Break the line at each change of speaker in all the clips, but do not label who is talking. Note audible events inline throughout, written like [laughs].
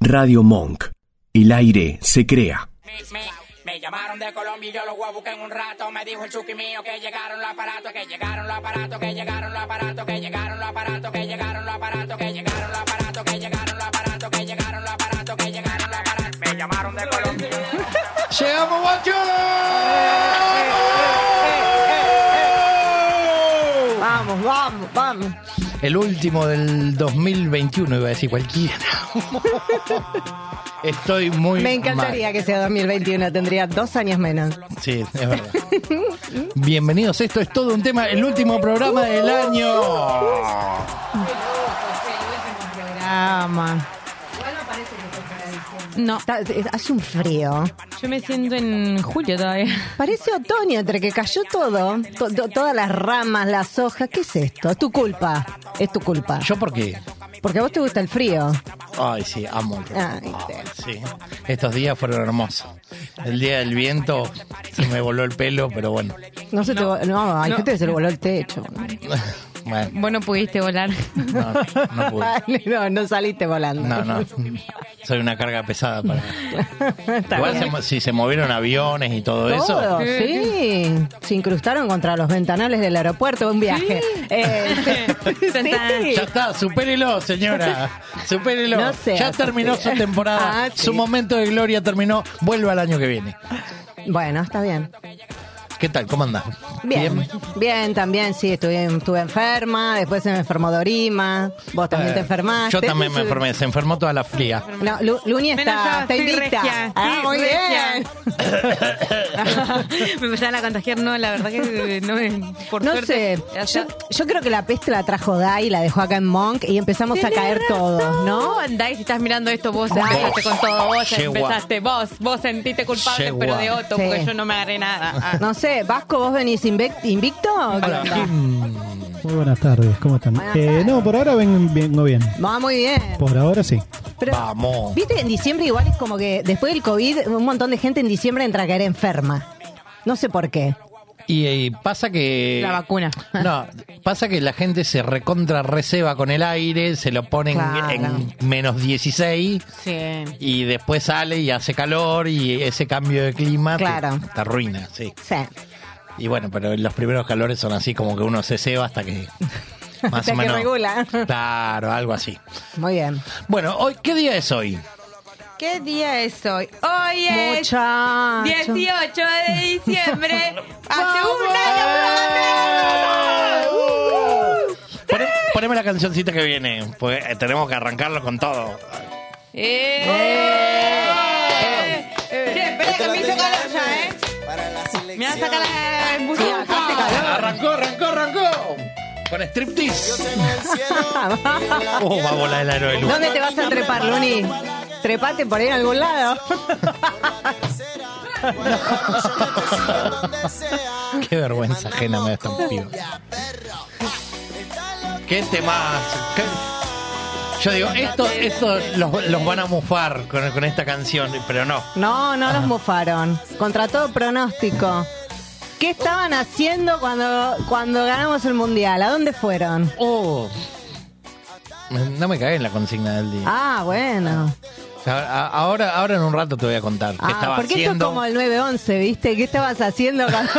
Radio Monk. El aire se crea.
Me, me- me llamaron de Colombia y yo los voy a buscar en un rato. Me dijo el chuki mío que llegaron los aparatos, que llegaron los aparatos, que llegaron los aparatos, que llegaron los aparatos, que llegaron los aparatos, que llegaron los aparatos, que llegaron los aparatos, que llegaron los aparatos, que llegaron los aparatos. Me llamaron de Colombia.
¡Llegamos, guacho!
Vamos, vamos, vamos.
El último del 2021, iba a
[laughs]
decir cualquiera. Estoy muy.
Me encantaría
mal.
que sea 2021, tendría dos años menos.
Sí, es verdad. Bienvenidos, esto es todo un tema, el último programa del año.
Ama.
No,
Está- es- Hace un frío.
yo me siento en julio todavía. [laughs]
Parece otoño, entre que cayó todo, to- to- todas las ramas, las hojas. ¿Qué es esto? Es tu culpa. Es tu culpa.
¿Yo por qué?
Porque a vos te gusta el frío.
Ay, sí, amo el rock.
Ay,
Ay, sí. Estos días fueron hermosos. El día del viento se me voló el pelo, pero bueno. [laughs]
No se te vo- No, hay
No.
gente que se le voló el [laughs] techo.
Bueno,
Vos no pudiste volar. [laughs]
no, no pude.
No, no saliste volando.
No, no. Soy una carga pesada para
Está
Igual
bien.
se mo- si se movieron aviones y todo,
Todo,
eso.
sí. Se incrustaron contra los ventanales del aeropuerto un viaje. Eh, [laughs] sí.
Tentá.
Ya está, supérelo,
[laughs]
señora. Supérelo.
No seas
ya terminó
así.
su temporada.
Ah, sí.
Su momento de gloria terminó. Vuelva al año que viene.
Bueno, está bien.
¿Qué tal? ¿Cómo andás?
Bien, bien, también, sí, estuve, estuve enferma, después se me enfermó Dorima, vos también te
Eh,
enfermaste.
Yo también me
Entonces,
enfermé. Se enfermó toda la fría.
No, Lu- Luni
Menos yo,
está, está
estoy
invicta.
regia,
Ah,
estoy
muy
regia.
bien.
me empezaron a contagiar, no, la verdad que no me. Por
No
suerte,
sé,
o sea,
yo, yo creo que la peste la trajo Dai, la dejó acá en Monk y empezamos a
tenés
caer
razón.
todos, ¿no?
Dai, si estás mirando esto, vos
Vos,
empezaste con todo, vos
yegua.
empezaste, vos, vos sentiste culpable,
Yegua.
pero de Otto,
Sí.
porque yo no me agarré nada. Ah.
No sé, Vasco, ¿vos venís invic- invicto? o qué onda?
Muy buenas tardes, ¿cómo están?
Buenas
Eh,
tardes.
No, por ahora vengo, vengo bien.
Va muy bien.
Por ahora sí.
Pero,
Vamos.
Viste, en diciembre igual es como que después del COVID, un montón de gente en diciembre entra a caer enferma. No sé por qué.
Y, y pasa que.
La vacuna.
No, pasa que la gente se recontra receba con el aire, se lo ponen
Claro.
en menos 16
Sí.
y después sale y hace calor y ese cambio de clima te-
Claro.
te, arruina, sí.
Sí.
Y bueno, pero los primeros calores son así como que uno se ceba hasta
[laughs]
que más
Hasta
o
que
menos.
regula.
Claro, algo así.
Muy bien.
Bueno, hoy ¿qué día es hoy?
¿Qué día es hoy? Hoy es
Muchacho.
18 de diciembre. [laughs] Hace un año.
¡Vamos! Poné- Poneme la cancioncita que viene, porque eh, tenemos que arrancarlo con todo.
¡Eh! Che, espera, me hizo calor ya, ¿eh? Me van a sacar la música.
Arrancó, arrancó, arrancó. Con striptease. [laughs] Oh, va a volar el aro de luz.
¿Dónde te vas a trepar, Luni? Trepate por ahí en algún lado.
Qué vergüenza ajena me da este esta piba. Qué temas. Yo digo, esto, esto los, los van a mufar con, con esta canción, pero no.
No, no nos mofaron. Contra todo pronóstico. ¿Qué estaban haciendo cuando, cuando ganamos el mundial? ¿A dónde fueron?
Oh. No me cagué en la consigna del día.
Ah, bueno.
A- a- Ahora, ahora en un rato te voy a contar qué
Ah,
estaba
porque esto
haciendo.
es como el 911, ¿viste? ¿Qué estabas haciendo cuando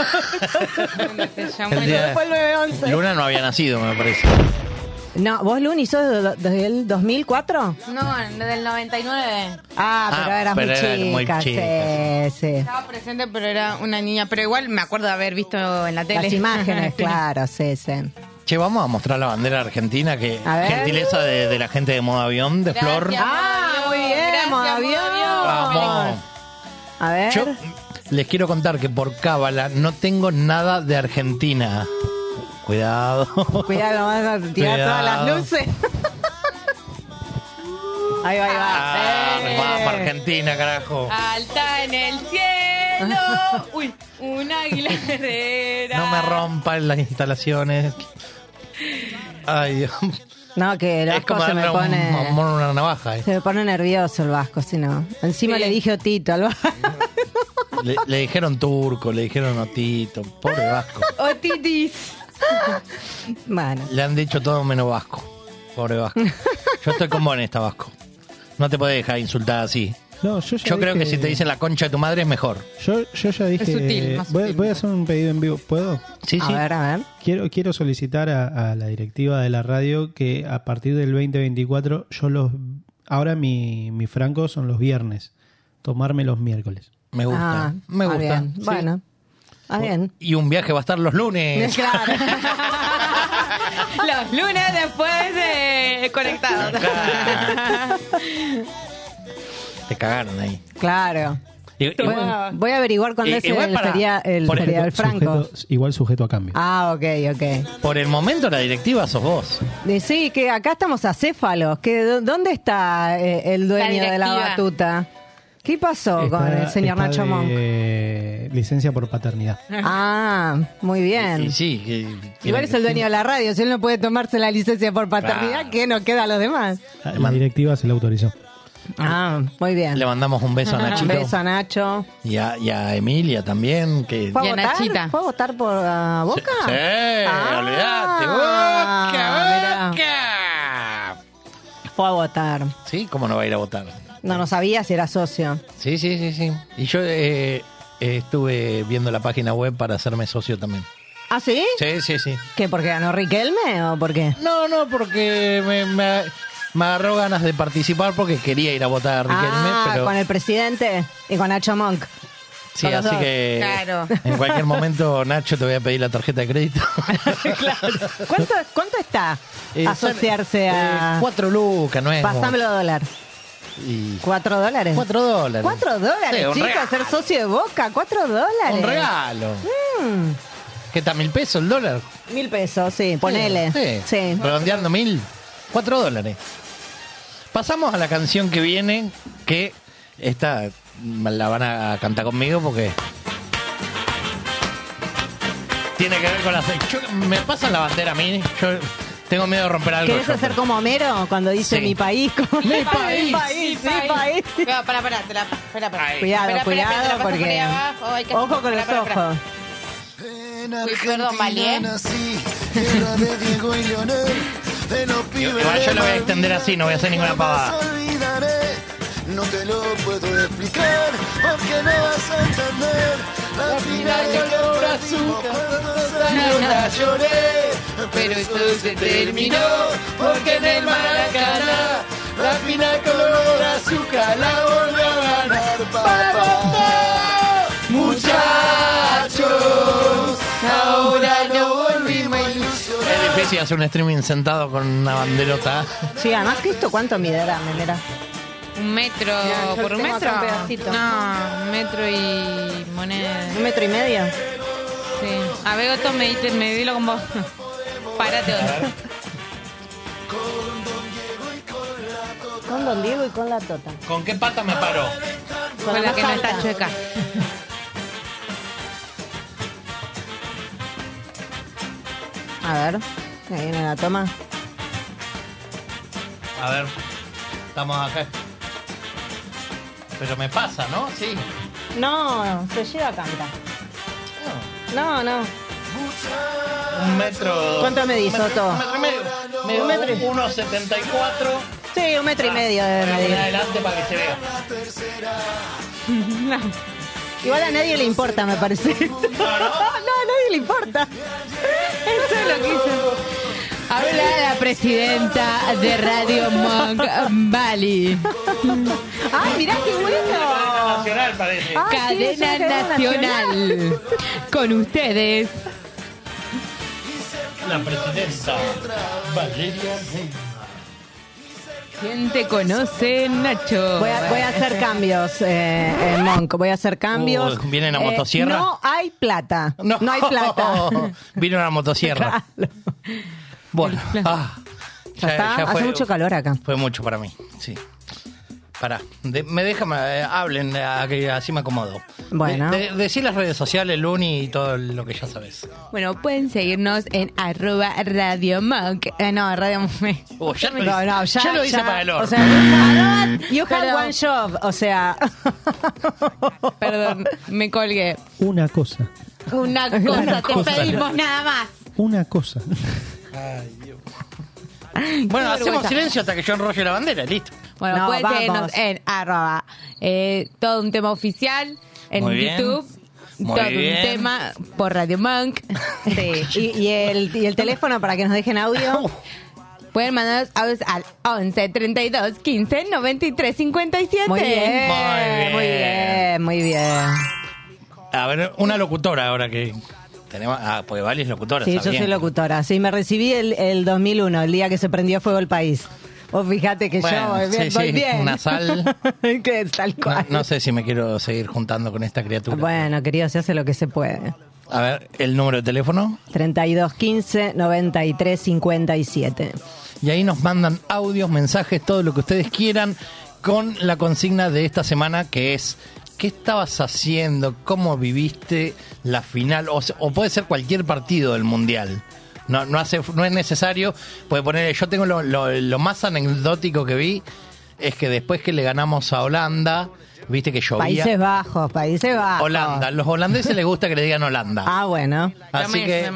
Se llama
el día-
fue el 911?
[laughs] Luna no había nacido, me parece.
No, vos Luni sos de- desde el 2004?
No, del 99.
Ah, pero
Ah,
eras
pero era
muy
muy
chica.
chica,
sí, sí.
Estaba presente, pero era una niña. Pero igual me acuerdo de haber visto en la tele.
Las
[laughs]
imágenes, claro, sí, sí.
Che, vamos a mostrar la bandera argentina, que
A ver.
gentileza de, de la gente de Moda Avión, de
Gracias,
Flor.
Ah,
Modo
muy bien,
Gracias,
Modo
Modo
Avión.
Vamos.
A ver.
Yo les quiero contar que por cábala no tengo nada de Argentina. Cuidado.
Cuidado, vamos a tirar todas las
Cuidado.
luces. ahí va, ahí va.
[laughs] Ah,
Eh.
vamos, Argentina, carajo.
Alta en el
[laughs]
cielo. Uy, un águila [laughs] herrera.
No me rompan las instalaciones. Ay, Dios.
No, que el
Es
vasco
como
se
darle
me
a un mamón
pone.
una navaja. eh.
Se me pone nervioso el vasco, si no. Encima
Sí.
le dije Otito al vasco.
Le, le dijeron turco, le dijeron otito. Pobre vasco.
[laughs] Otitis.
Bueno.
Le han dicho todo menos vasco. Pobre vasco. Yo estoy con vos en esta vasco. No te podés dejar insultar así.
No, yo ya
Yo creo que
dije-
si te dicen la concha de tu madre es mejor.
Yo, yo ya dije.
sutil, más
voy,
sutil.
voy a hacer un pedido en vivo. ¿Puedo?
Sí,
a
sí.
ver, a ver.
Quiero, quiero solicitar a, a la directiva de la radio que a partir del 2024 yo los... Ahora mi, mi franco son los viernes, tomarme los miércoles.
Me gusta.
Ah,
me
ah,
gusta.
bien.
Sí.
Bueno, ah,
[laughs]
bien.
Y un viaje va a estar
[laughs]
los lunes.
Claro.
Los lunes después de conectados.
Claro. te cagaron ahí.
claro.
Y- y
Voy
bueno,
a, voy a averiguar cuándo
Eh,
es
igual
el,
para-
feria- el
por
feriado del
ejemplo,
Franco.
Sujeto- igual sujeto a cambio.
Ah, ok, ok.
por el momento la directiva sos vos.
Y sí, que acá estamos acéfalos. Que, do- ¿Dónde está eh, el dueño de la
directiva.
batuta? ¿Qué pasó
Está-
con el señor
está
Nacho
de
[laughs]
Monk?
Licencia por paternidad.
Ah, muy bien.
Y sí, que- que-
Igual es el dueño de la radio. Si él no puede tomarse la licencia por paternidad,
Claro.
¿qué nos queda a los demás?
La- La directiva se la autorizó.
Ah, muy bien.
Le mandamos un beso a
Ah, Un
Nachito.
beso a Nacho.
Y a, y a Emilia también, que...
¿Fue
Y a
a votar?
Nachita.
¿Fue a votar por ah, Boca?
Sí,
Ah,
olvidate. Boca,
mirá.
boca.
Fue a votar.
Sí, ¿cómo no va a ir a votar?
No, no sabía si era socio.
Sí, sí, sí, sí. Y yo eh, eh, estuve viendo la página web para hacerme socio también.
¿Ah, sí?
Sí, sí, sí.
¿Qué? ¿Porque ganó Riquelme o por qué?
No, no, porque me, me- me agarró ganas de participar porque quería ir a votar a Riquelme,
ah,
pero...
con el presidente y con Nacho Monk.
sí,
con los
así
dos.
que
Claro.
en cualquier momento, Nacho, te voy a pedir la tarjeta
[laughs]
de crédito.
¿Cuánto, cuánto está
Eh,
asociarse
son, eh,
a...
cuatro lucas, no es...
Pasámelo dólar.
mucho. Y
¿Cuatro dólares?
cuatro dólares.
¿Cuatro dólares,
Sí, un
chicos?
regalo.
Ser socio de Boca, cuatro dólares. Mm.
Un regalo. ¿Qué está? ¿Mil pesos el dólar?
Mil pesos, sí, ponele.
Sí.
Sí.
Redondeando mil. Cuatro dólares. Pasamos a la canción que viene, que esta la van a cantar conmigo porque... Tiene que ver con las... yo- me pasan la bandera a mí. Yo tengo miedo de romper algo.
¿Querés
yo,
hacer
pero-
como Homero cuando dice
Sí.
mi país?
Mi país,
mi país,
mi
mi
país.
país.
No, pará, pará, te la, pará, pará.
Ahí.
Cuidado,
Espera, espera,
cuidado,
espera, te la paso por ahí
porque...
abajo, hay que-
Ojo con
pará,
los
pará, pará.
ojos.
En
Uy, perdón, Valié.
Argentina nací, tierra de Diego y Leonel, de los pibes
igual yo
de
lo voy a extender
Malvinas,
así, no voy a hacer ninguna
jamás
pavada.
olvidaré. No te lo puedo explicar, porque no vas a entender la final que perdimos cuando salió la lloré. Pero esto se terminó, porque en el Maracaná la final color azúcar la volvió a ganar papá. Muchachos, ahora no volvimos a ilusionar.
Es difícil hacer un streaming sentado con una banderota.
Sí, además que esto cuánto miderá, mira.
Un metro
Mira, yo
por un
tengo
metro.
acá un pedacito.
No, un metro y moneda.
¿Un metro y medio?
Sí. A ver, Otto, me, dite- me dilo con vos. [laughs] Párate, Otto.
Con Don Diego y con la Tota.
¿Con qué pata me paró?
Con la
más
que no
alta.
está chueca.
A ver, ahí viene la toma.
A ver, estamos acá. Pero me pasa, ¿no? Sí.
No, se lleva canta. No, no.
Un metro.
¿Cuánto medís,
un metro-
Otto?
Un metro y medio.
Un
Me
metro y-
1,74.
Sí, un metro y medio debe
Voy a poner
medir.
adelante para que se vea.
Igual a nadie le importa, me parece. [laughs] No, a nadie le importa.
Eso es lo que hizo. Habla la presidenta de Radio Monk Valley.
¡Ay, mirá qué bueno!
Nacional parece.
Ah, sí, es una
cadena
cadena
nacional. Con ustedes,
La presidenta Valeria Neymar.
¿quién te conoce, Nacho?
Voy a, voy a hacer cambios, eh, en Monk. Voy a hacer cambios.
Uh, ¿viene la
Eh,
motosierra?
no hay plata. No, hay [laughs] plata.
[laughs] Vino una motosierra. Bueno, ah,
Ya está. Hace mucho calor acá.
Fue mucho para mí, sí. Pará, de- me dejan, eh, hablen, eh, que así me acomodo.
Bueno.
De- de- decí las redes sociales, Luni y todo lo que ya sabes.
Bueno, pueden seguirnos en arroba Radio Monk. Eh, no, Radio Monk.
Oh, ya, lo hice,
No, no, ya,
ya lo hice
ya,
para el horno.
O sea, you had- you had
Perdón.
one job, o sea.
Perdón, me colgué.
Una cosa,
[laughs]
Una cosa, te
cosa.
pedimos nada más.
una cosa.
Bueno, hacemos
vergüenza.
silencio hasta que yo enrolle la bandera, listo.
Bueno,
No,
pueden seguirnos
vamos.
en arroba eh, todo un tema oficial en
Muy bien.
YouTube.
Muy
todo
bien.
un tema por Radio Monk.
[laughs] Sí. Y, y el, y el teléfono para que nos dejen [laughs] audio.
Pueden mandarnos audios al 11 32 15 93 57.
Muy bien.
Muy
Muy
bien.
bien, muy bien.
A ver, una locutora ahora que tenemos. Ah, porque Vali es locutora.
Sí,
está
yo
bien.
soy locutora. Sí, me recibí el, el 2001, el día que se prendió fuego el país. Vos fíjate que
Bueno,
yo voy bien.
sí,
voy
sí,
bien.
una sal.
[laughs] que tal
No,
cual.
no sé si me quiero seguir juntando con esta criatura.
Ah, Bueno, querido, se hace lo que se puede.
A ver, el número de teléfono.
3215 93 57.
Y ahí nos mandan audios, mensajes, todo lo que ustedes quieran con la consigna de esta semana que es ¿qué estabas haciendo? ¿Cómo viviste la final? O, se- o puede ser cualquier partido del Mundial. No, no, hace, no es necesario. Puede poner, yo tengo lo, lo- lo más anecdótico que vi es que después que le ganamos a Holanda, viste que llovía.
Países Bajos, Países Bajos.
Holanda, los holandeses les gusta que le digan Holanda.
Ah, bueno.
Así que,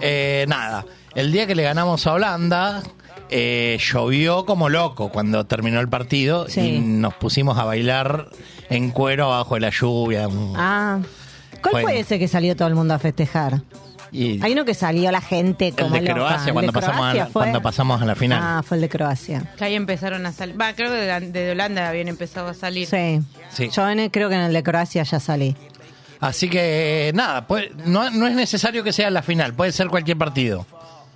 eh, nada, el día que le ganamos a Holanda, eh, llovió como loco cuando terminó el partido y
Sí.
nos pusimos a bailar en cuero abajo de la lluvia.
Ah. ¿Cuál
Bueno.
fue ese que salió todo el mundo a festejar?
Y
Hay uno que salió la gente
el
como
de
loca.
Croacia,
¿El
cuando,
de
pasamos a,
Croacia
la-
fue?
cuando pasamos a la final.
Ah, fue el de Croacia.
Que ahí empezaron a salir. Va, creo que de, la- de Holanda habían empezado a salir.
Sí.
Sí.
Yo en el- creo que en el de Croacia ya salí.
Así que, nada, pues, no, no es necesario que sea la final, puede ser cualquier partido.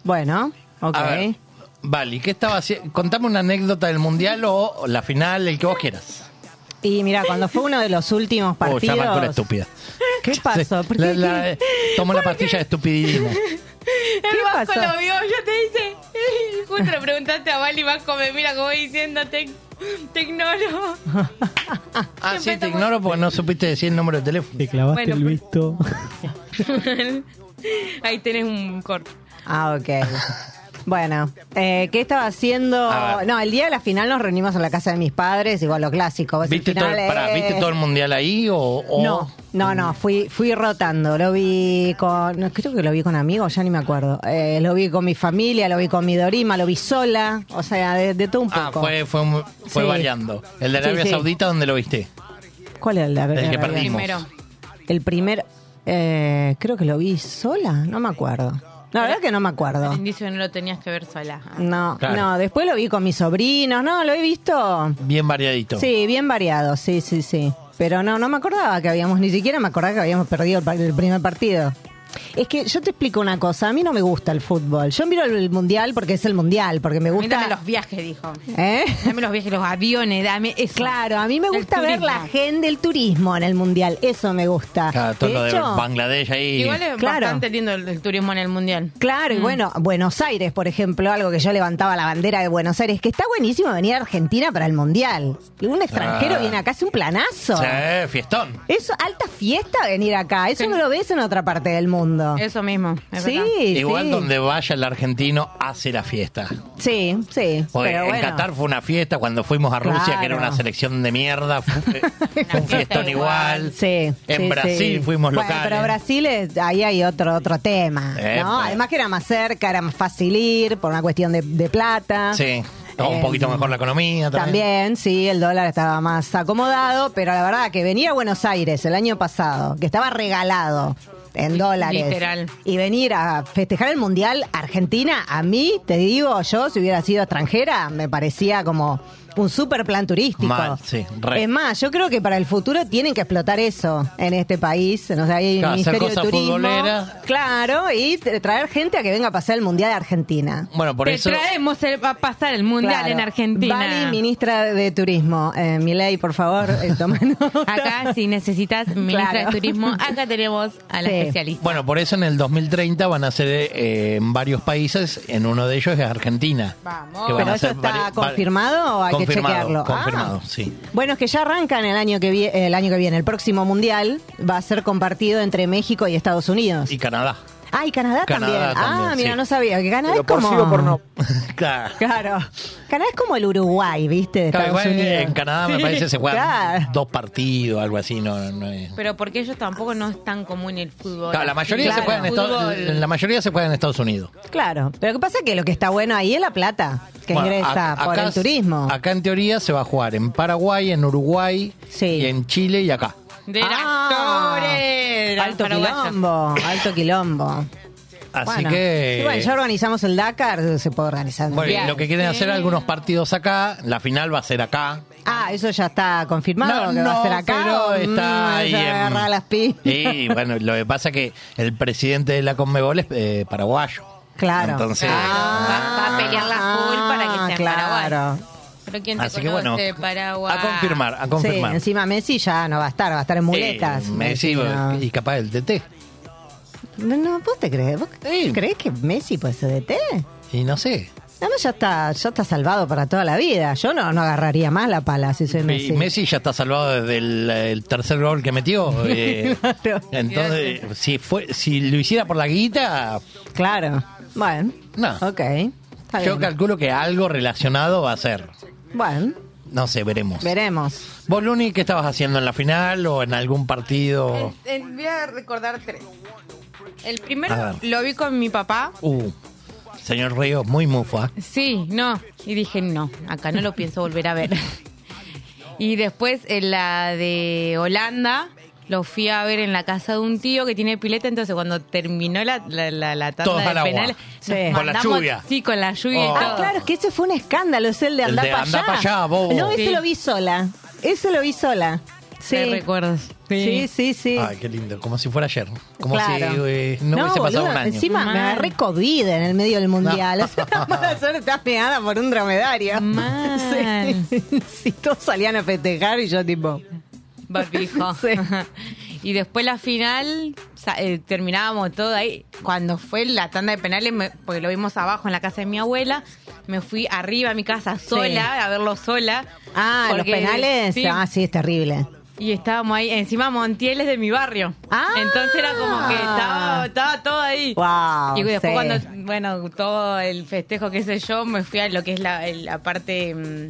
Bueno, ok.
A ver, Vali, ¿qué estaba haciendo? Contame una anécdota del Mundial o la final, el que vos quieras.
Y mira, cuando fue uno de los últimos
Oh, ya
partidos.
arrancó la estúpida.
¿Qué pasó? ¿Por
La-
qué?
la- eh. tomo la pastilla de estupidismo.
El Vasco
pasó?
lo vio, yo te hice. [laughs] Justo le preguntaste a Vali Vasco, me mira como diciendo, te,
[laughs]
te ignoro.
Ah, sí, te
Empezamos-
ignoro porque no supiste decir el número de teléfono.
Te clavaste
Bueno,
el
pero-
visto.
[laughs]
Ahí tenés un corte.
Ah, ok. Bueno, eh, ¿qué estaba haciendo?
A ver.
No, el día de la final nos reunimos en la casa de mis padres, igual lo clásico. ves el
¿Viste, todo,
final,
el, pará,
eh.
¿Viste todo el Oh. mundial ahí o...? o-
No, no, no, fui, fui rotando, lo vi con, no, creo que lo vi con amigos, ya ni me acuerdo, Eh, lo vi con mi familia, lo vi con mi Dorima, lo vi sola, o sea, de, de todo un poco.
Ah, fue, fue, un- fue
Sí.
variando. El de
Sí,
Arabia
sí.
Saudita, ¿dónde lo viste?
¿Cuál era el, de
El que
Arabia?
perdimos.
Primero.
El primer, eh, creo que lo vi sola, no me acuerdo. La verdad que no me acuerdo.
El indicio que no lo tenías que ver sola. Ah.
No,
Claro.
no, después lo vi con mis sobrinos, no, lo he visto.
Bien variadito.
Sí, bien variado, sí, sí, sí. Pero no, no me acordaba que habíamos, ni siquiera me acordaba que habíamos perdido el, par- el primer partido. Es que yo te explico una cosa, a mí no me gusta el fútbol. Yo miro el, el mundial porque es el mundial, porque me gusta...
Dame los viajes, [laughs] dijo.
¿Eh?
Dame los viajes, los aviones, dame eh, eso.
Claro, a mí me
El
gusta ver
turismo.
la gente, el turismo en el mundial, eso me gusta.
Claro, todo
De
lo de
hecho,
Bangladesh ahí.
Igual es
Claro.
bastante lindo el, el turismo en el mundial.
Claro, y bueno, Buenos Aires, por ejemplo, algo que yo levantaba la bandera de Buenos Aires, que está buenísimo venir a Argentina para el mundial. Un extranjero
Ah.
viene acá, hace un planazo.
Sí, fiestón.
Es alta fiesta venir acá. Eso
Sí.
no lo ves en otra parte del mundo.
Eso mismo. es
sí,
verdad.
Igual
sí.
donde vaya el argentino hace la fiesta.
Sí, sí.
Porque
pero
en
bueno.
Qatar fue una fiesta, cuando fuimos a Rusia, que
Claro.
era una selección
[laughs]
de mierda, fue, fue un
fiesta
fiestón
igual.
igual.
Sí,
En
sí,
Brasil
sí.
fuimos
Bueno,
locales.
pero Brasil, es- ahí hay otro otro tema,
Eh,
¿no?
pues.
Además que era más cerca, era más fácil ir por una cuestión de, de plata.
Sí, No, un
Eh,
poquito mejor la economía también.
También, sí, el dólar estaba más acomodado, pero la verdad que venir a Buenos Aires el año pasado, que estaba regalado en dólares.
Literal.
Y venir a festejar el Mundial Argentina, a mí, te digo, yo si hubiera sido extranjera, me parecía como un super plan turístico.
Mal, sí, re.
Es más, yo creo que para el futuro tienen que explotar eso en este país. No sé, hay un
Claro, hacer
ministerio de
cosas
turismo.
futboleras.
Claro, y traer gente a que venga a pasar el Mundial de Argentina.
Bueno, por
Te
eso...
traemos el- a pasar el mundial
Claro.
en Argentina.
Bali, ministra de Turismo. Eh, Milei, por favor, eh, toma nota.
Acá, si necesitas [laughs] ministra
Claro.
de turismo, acá tenemos a la
Sí.
especialista.
Bueno, por eso en el 2030 van a ser eh, en varios países, en uno de ellos es Argentina.
Vamos.
Que van
¿Pero
a
eso
ser
está
vari- vari-
confirmado o hay que
confirmado,
chequearlo?
Confirmado,
Ah.
sí.
Bueno, es que ya arrancan el año que viene, el año que viene, el próximo mundial va a ser compartido entre México y Estados Unidos.
Y Canadá. [laughs]
Ay, Canadá, también.
Canadá
Ah,
también,
mira,
sí.
no sabía. Que Canadá
Pero
es
por
como.
sí o por no.
[laughs] Claro.
Claro. Canadá es como el Uruguay, ¿viste? De Estados
Claro, igual eh,
Unidos.
en Canadá me parece se juegan
Claro.
dos partidos, algo así, no, no, no es-
Pero porque ellos tampoco no es tan común el fútbol.
Claro, la mayoría se
Claro,
juega en Estados,
fútbol.
la mayoría se juega en Estados Unidos.
Claro. Pero lo que pasa es que lo que está bueno ahí es la plata que
Bueno,
ingresa
ac-
por
acá
el
s-
turismo.
Acá en teoría se va a jugar en Paraguay, en Uruguay,
Sí.
y en Chile y acá.
De las
Ah,
Torres, las
Alto
paraguayas.
quilombo, alto quilombo.
Así
Bueno.
que
Sí, bueno, ya organizamos el Dakar, se puede organizar.
bueno, y
Bien.
lo que quieren hacer algunos partidos acá, la final va a ser acá.
Ah, eso ya está confirmado que va a ser acá.
pero
¿o?
está
Mm,
ahí
ya
en-
agarrar las pi.
[laughs] Y bueno, lo que pasa es que el presidente de la Conmebol es eh, paraguayo.
Claro. Ah,
Entonces,
Ah. Va- va a pelear la full para que sea en
claro.
Pero quién te
así que bueno,
conoce de Paraguay.
a confirmar, a
Sí,
confirmar.
encima Messi ya no va a estar, va a estar en muletas.
Eh, Messi
no.
y capaz el DT.
No, no, ¿vos te crees? ¿Vos
Sí.
crees que Messi puede ser DT?
Y no sé.
No, no, ya está, ya está salvado para toda la vida. Yo no, no agarraría más la pala si soy Messi.
Y Messi ya está salvado desde el, el tercer gol que
[laughs]
metió. eh.
Claro.
Entonces, si fue, si lo hiciera por la guita,
Claro. Bueno.
No.
Ok. Está
yo
bien.
calculo que algo relacionado va a ser.
Bueno,
No sé, veremos.
veremos.
Vos, Luni, ¿qué estabas haciendo en la final o en algún partido?
Eh, Voy a recordar tres. El primero
A ver.
lo vi con mi papá.
Uh, señor Ríos, muy mufa.
Sí, no. Y dije, no, acá no lo pienso volver a ver. [laughs] y después en la de Holanda lo fui a ver en la casa de un tío que tiene pileta, entonces cuando terminó la, la, la, la tanda
Todos
de
al agua.
penales...
Sí.
nos
Con la
mandamos-
lluvia.
Sí, con la lluvia y
Oh.
todo.
Ah, claro, es que ese fue un escándalo, es el de
El
andar
de
para allá.
andá pa' allá, bobo.
No, ese
Sí.
lo vi sola. Ese lo vi sola.
Qué
Sí.
recuerdos.
Sí, sí, sí.
Ay, qué lindo, como si fuera ayer. Como si
Claro.
eh, no, hubiese pasado
boludo,
un año.
Encima me
Mal.
agarré COVID en el medio del mundial. O sea, la
[laughs]
mala suerte estás pegada por un dromedario.
Mal.
[laughs] Sí. Sí, todos salían a festejar y yo tipo. [laughs]
barbijo. [laughs] Y después la final, sa- eh, terminábamos todo ahí. Cuando fue la tanda de penales, me- porque lo vimos abajo en la casa de mi abuela, me fui arriba a mi casa sola, a verlo sola.
Ah,
Porque-
los penales.
sí.
Ah, sí, es terrible.
Y estábamos ahí, encima Montiel es de mi barrio.
Ah.
Entonces era como que estaba, estaba todo ahí.
Wow,
Y
sí.
después cuando, bueno, todo el festejo, qué sé yo, me fui a lo que es la, el- la parte mm,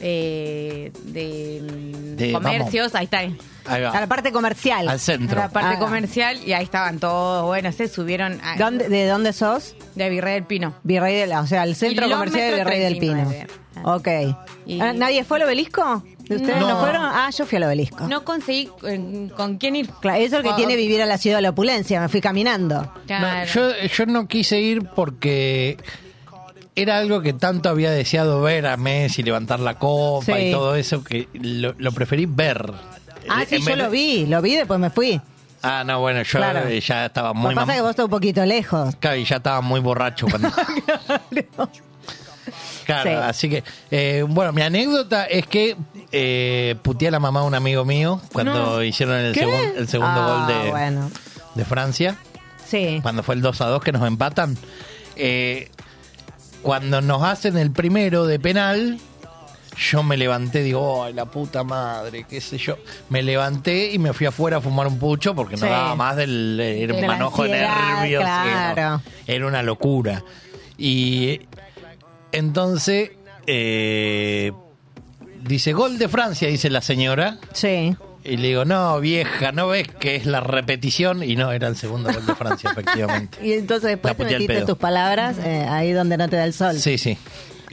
eh, de, mm,
De-
comercios, ahí está.
Ahí
A
va.
la parte comercial.
Ah. Al centro.
La parte
Ah.
comercial y ahí estaban todos, bueno, se subieron a,
¿Dónde- ¿De dónde sos?
de Virrey del Pino.
Virrey del, o sea, el centro
Kilómetro
comercial de Virrey del Pino.
39. Ah.
Ok.
Y-
Ah, ¿Nadie fue al obelisco? ¿De ustedes no.
No.
fueron? Ah, yo fui al obelisco.
No conseguí eh, con quién ir.
Claro, eso es lo que
Oh,
tiene vivir a la ciudad de la opulencia. Me fui caminando.
claro.
No, yo, yo no quise ir porque era algo que tanto había deseado ver a Messi levantar la copa
Sí.
y todo eso que lo, lo preferí ver.
Ah,
Eh, En
sí, yo
vez de-
lo vi, lo vi, después me fui.
Ah, no, bueno, yo
Claro.
eh, ya estaba
Lo
muy
que pasa es que vos
mam-
estás un poquito lejos.
Claro, y ya estaba muy borracho cuando.
[laughs]
Claro,
Sí.
así que, eh, bueno, mi anécdota es que eh, puteé a la mamá de un amigo mío cuando hicieron el,
¿Qué?
segun- el segundo
Ah,
gol de,
bueno.
de Francia.
Sí.
cuando fue el 2 a 2 que nos empatan. eh, cuando nos hacen el primero de penal, yo me levanté, digo, ay, la puta madre, qué sé yo. Me levanté y me fui afuera a fumar un pucho porque no
Sí.
daba más del eh,
De la
manojo de
ansiedad,
nervios. que
claro.
no. Era una locura. Y eh, entonces, eh, dice, gol de Francia, dice la señora.
Sí.
Y le digo, no, vieja, ¿no ves que es la repetición? Y no, era el segundo gol de Francia, [laughs] efectivamente.
Y entonces después
La
te
puteé al
metiste
pedo.
tus palabras eh, ahí donde no te da el sol.
Sí, sí.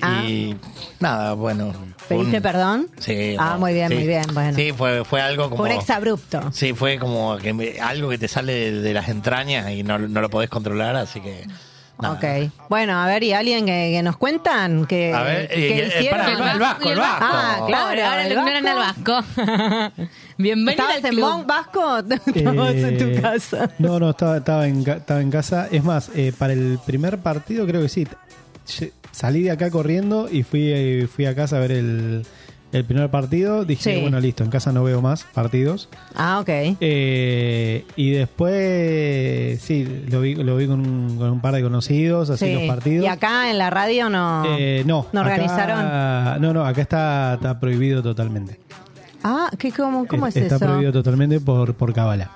Ah.
Y nada, bueno. fue
¿Pediste
un-
perdón?
Sí.
Ah,
no,
muy bien,
sí.
muy bien. Bueno.
Sí, fue, fue algo como...
Fue un exabrupto.
Sí, fue como que me- algo que te sale de, de las entrañas y no, no lo podés controlar, así que... nada.
Ok. Bueno, a ver, ¿y alguien que, que nos cuentan? Que,
A ver,
que
y- y- eh,
hicieron?
pará, el Vasco, el Vasco.
Ah, claro.
Ahora
el
lo ignoran al Vasco.
[laughs]
Bienvenido
¿Estabas
al
en
club.
Mon Vasco? [laughs] Estabas en tu
Eh,
casa.
No, no, estaba, estaba, en, ca- estaba en casa. Es más, eh, para el primer partido creo que sí. Lle- Salí de acá corriendo y fui, eh, fui a casa a ver el, el primer partido. Dije,
Sí.
bueno, listo, en casa no veo más partidos.
Ah, ok.
Eh, y después, sí, lo vi, lo vi con, un, con un par de conocidos, así
Sí.
los partidos.
¿Y acá en la radio no?
Eh, no,
¿No
acá-
organizaron?
no, no, acá está, está prohibido totalmente. Eh,
Ah, ¿qué, ¿cómo, cómo es
está
eso?
prohibido totalmente por, por Kabbalah.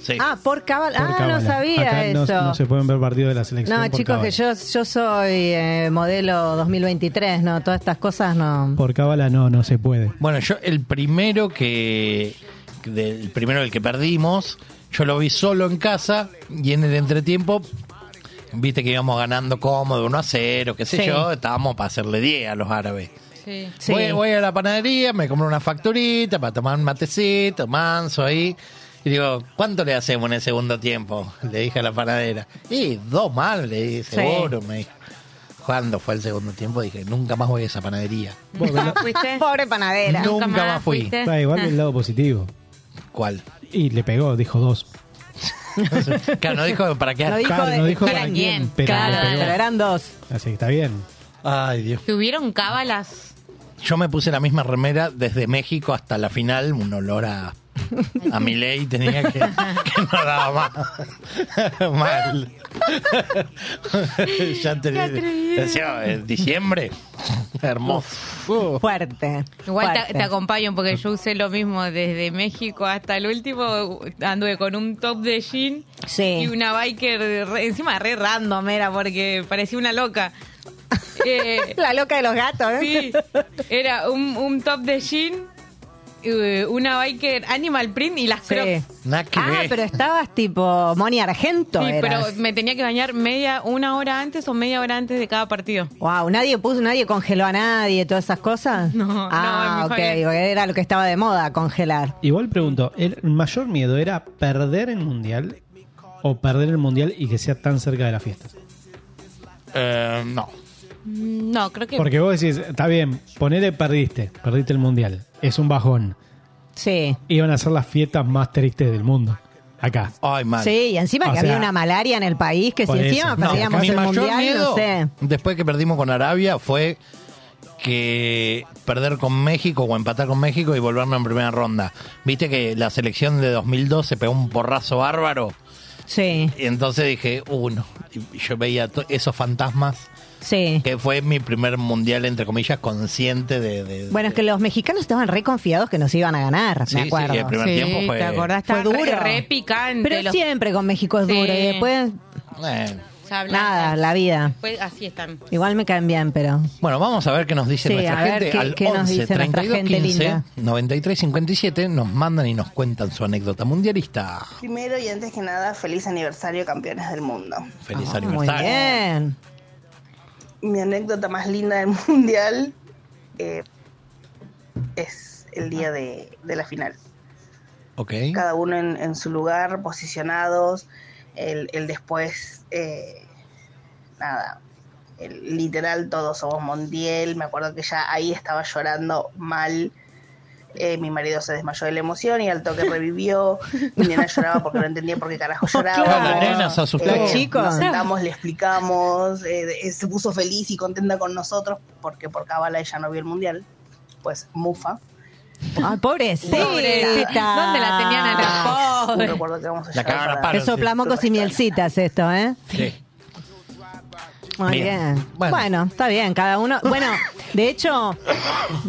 Sí.
Ah, por cabal.
por
Ah,
cábala.
no sabía
Acá no-
eso.
No, se pueden ver partidos de la selección.
No,
por
chicos, que
cábala.
yo, yo soy eh, modelo 2023, ¿no? Todas estas cosas no.
Por cábala no, no se [laughs] puede.
Bueno, yo el primero que del primero del que perdimos, yo lo vi solo en casa y en el entretiempo viste que íbamos ganando cómodo 1 a 0, qué sé
Sí.
yo, estábamos para hacerle 10 a los árabes.
Sí.
Sí.
Voy, voy a la panadería, me compro una facturita para tomar un matecito, manso ahí. Y digo, ¿cuánto le hacemos en el segundo tiempo? Le dije a la panadera. Y dos más, le dije,
Sí.
seguro, me dijo. ¿Cuándo fue el segundo tiempo? Dije, nunca más voy a esa panadería.
[laughs]
¿Fuiste?
Pobre panadera.
No. Nunca más fui.
fuiste.
Está Ah, igual que el lado positivo.
¿Cuál? [laughs]
Y le pegó, dijo dos.
Claro, no dijo para qué.
No dijo
Claro,
de-
no dijo
¿para
para
quién?
quién, pero
Claro.
le
Pero
pegó.
eran dos.
Así que está bien.
Ay, Dios.
¿Tuvieron cábalas?
Yo me puse la misma remera desde México hasta la final, un olor a, a mi ley tenía que, que no daba más. [laughs] Mal. ya te decía, eh, diciembre, hermoso.
Fuerte.
Igual
fuerte.
te, te acompaño porque yo usé lo mismo desde México hasta el último. Anduve con un top de jean
Sí.
y una biker de re- encima re random era porque parecía una loca.
[laughs]
Eh,
La loca de los gatos, ¿eh? [laughs]
sí, era un, un top de jean, eh, una biker animal print y las
Sí.
crocs.
Nada que
Ah,
ver.
pero estabas tipo Moni Argento.
Sí, pero me tenía que bañar media, una hora antes o media hora antes de cada partido.
Wow, nadie puso, nadie congeló a nadie, todas esas cosas.
No, no,
Ah,
mi
ok,
familia.
porque era lo que estaba de moda, congelar.
Igual pregunto, ¿el mayor miedo era perder el mundial o perder el mundial y que sea tan cerca de la fiesta?
Eh, no.
Mm, No, creo que
Porque vos decís, está bien, ponele perdiste, perdiste el mundial, es un bajón.
Sí.
Iban a ser las fiestas más tristes del mundo. Acá.
Ay, mal.
Sí, y encima
O
que había
sea,
una malaria en el país, que si
por eso.
encima
No,
perdíamos
mi
el mundial, no sé.
después que perdimos con Arabia fue que perder con México o empatar con México y volvernos en primera ronda. Viste que la selección de 2002 se pegó un porrazo bárbaro.
Sí,
Y entonces dije, uno, yo veía to- esos fantasmas,
sí.
que fue mi primer mundial, entre comillas, consciente de... de-
Bueno, es que los mexicanos estaban re confiados que nos iban a ganar,
Sí,
me
sí,
acuerdo.
y el primer
Sí,
tiempo fue...
¿te acordás?
Fue
Estaba
duro.
Re, re picante.
Pero
los-
siempre con México es
Sí.
duro. Y después,
Eh,
se hablan-
nada, la vida.
Pues
[laughs]
así están.
Igual me caen bien, pero.
Bueno, vamos a ver qué nos dice
Sí,
nuestra
a ver
gente.
qué-
Al
qué nos
11
dice nuestra
32
gente
15
linda.
93 57 nos mandan y nos cuentan su anécdota mundialista.
Primero y antes que nada, feliz aniversario, campeones del mundo.
Feliz
Ah, muy
aniversario.
bien.
Mi anécdota más linda del [laughs] mundial eh, es el día de, de la final.
Ok.
Cada uno en, en su lugar, posicionados, el, el después, eh, nada, el literal todos somos Montiel. Me acuerdo que ya ahí estaba llorando mal. Eh, mi marido se desmayó de la emoción y al toque revivió. Mi nena lloraba porque no entendía por qué carajo lloraba. Eh,
Claro, la
nena se asustó.
Los chicos.
Nos sentamos, le explicamos. eh, de- se puso feliz y contenta con nosotros porque por cábala ella no vio el mundial. Pues mufa.
Ay, Ah, pobrecita. Ah.
Pobrecita. ¿Dónde la tenían a la pobre?
Recuerdo que vamos a
La
llorar
cagaron a
para-
palo.
Te
Claro, sí.
soplamos y mielcitas esto, ¿eh?
Sí.
Muy
Bien.
bien.
Bueno.
Bueno. está bien, cada uno. Bueno, de hecho,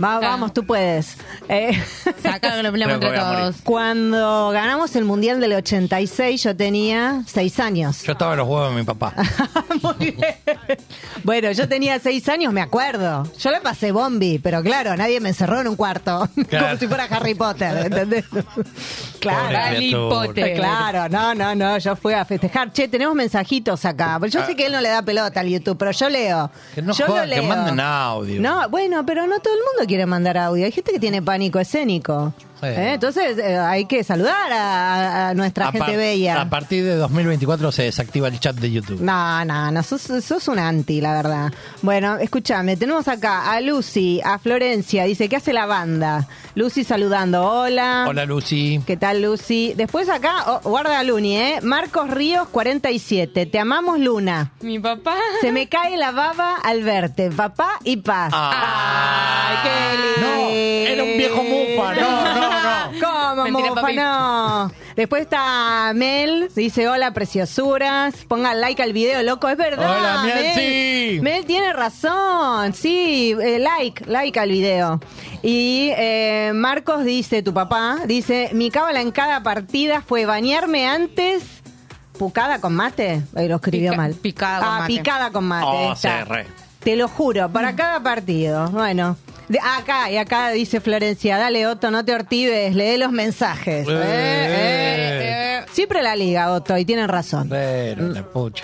va- vamos, tú puedes. Eh,
Saca los problemas
Creo que
entre
voy a morir.
todos.
cuando ganamos el Mundial del 86, yo tenía seis años.
Yo estaba en los huevos de mi papá.
[laughs] Muy bien. Bueno, yo tenía seis años, me acuerdo. Yo la pasé bombi, pero claro, nadie me encerró en un cuarto. [laughs]
Claro.
Como si fuera Harry Potter, ¿entendés? Claro.
Pobre
Harry
criatura.
Potter.
Claro, no, no, no, yo fui a festejar. Che, tenemos mensajitos acá. Yo sé que él no le da pelota al YouTube, pero yo leo.
Ah. Que no
yo
jodan,
lo
que
leo.
manden audio.
No, bueno, pero no todo el mundo quiere mandar audio. Hay gente que tiene pánico escénico.
Sí.
¿Eh? Entonces eh, hay que saludar a, a nuestra
A par-
gente bella.
A partir de 2024 se desactiva el chat de YouTube.
No, no, no, sos, sos un anti, la verdad. Bueno, escúchame, tenemos acá a Lucy, a Florencia, dice, ¿qué hace la banda? Lucy saludando, hola.
Hola Lucy.
¿Qué tal, Lucy? Después acá, oh, guarda Luni, ¿eh? Marcos Ríos, 47, te amamos, Luna.
Mi papá.
Se me cae la baba al verte, papá y paz.
Ah.
Ay, qué lindo.
No, era un viejo mufa. No, no, no.
[laughs] ¿Cómo?
Mentira,
Mofa,
papi.
no. Después está Mel, dice hola preciosuras, pongan like al video, loco, es verdad.
Hola, Mel,
Mel,
sí.
Mel tiene razón, sí, eh, like, like al video. Y eh, Marcos dice, tu papá, dice, mi cábala en cada partida fue bañarme antes... ¿Pucada con mate? Ay, lo escribió
Pica-
mal.
picada con
ah,
mate.
picada con mate.
Oh,
ahí está.
sí, re.
Te lo juro, para cada partido. Bueno. De- acá, y acá dice Florencia, dale Otto, no te ortives, lee los mensajes.
Eh,
Eh, eh, eh. Siempre la liga, Otto, y tienen razón.
Pero la pucha.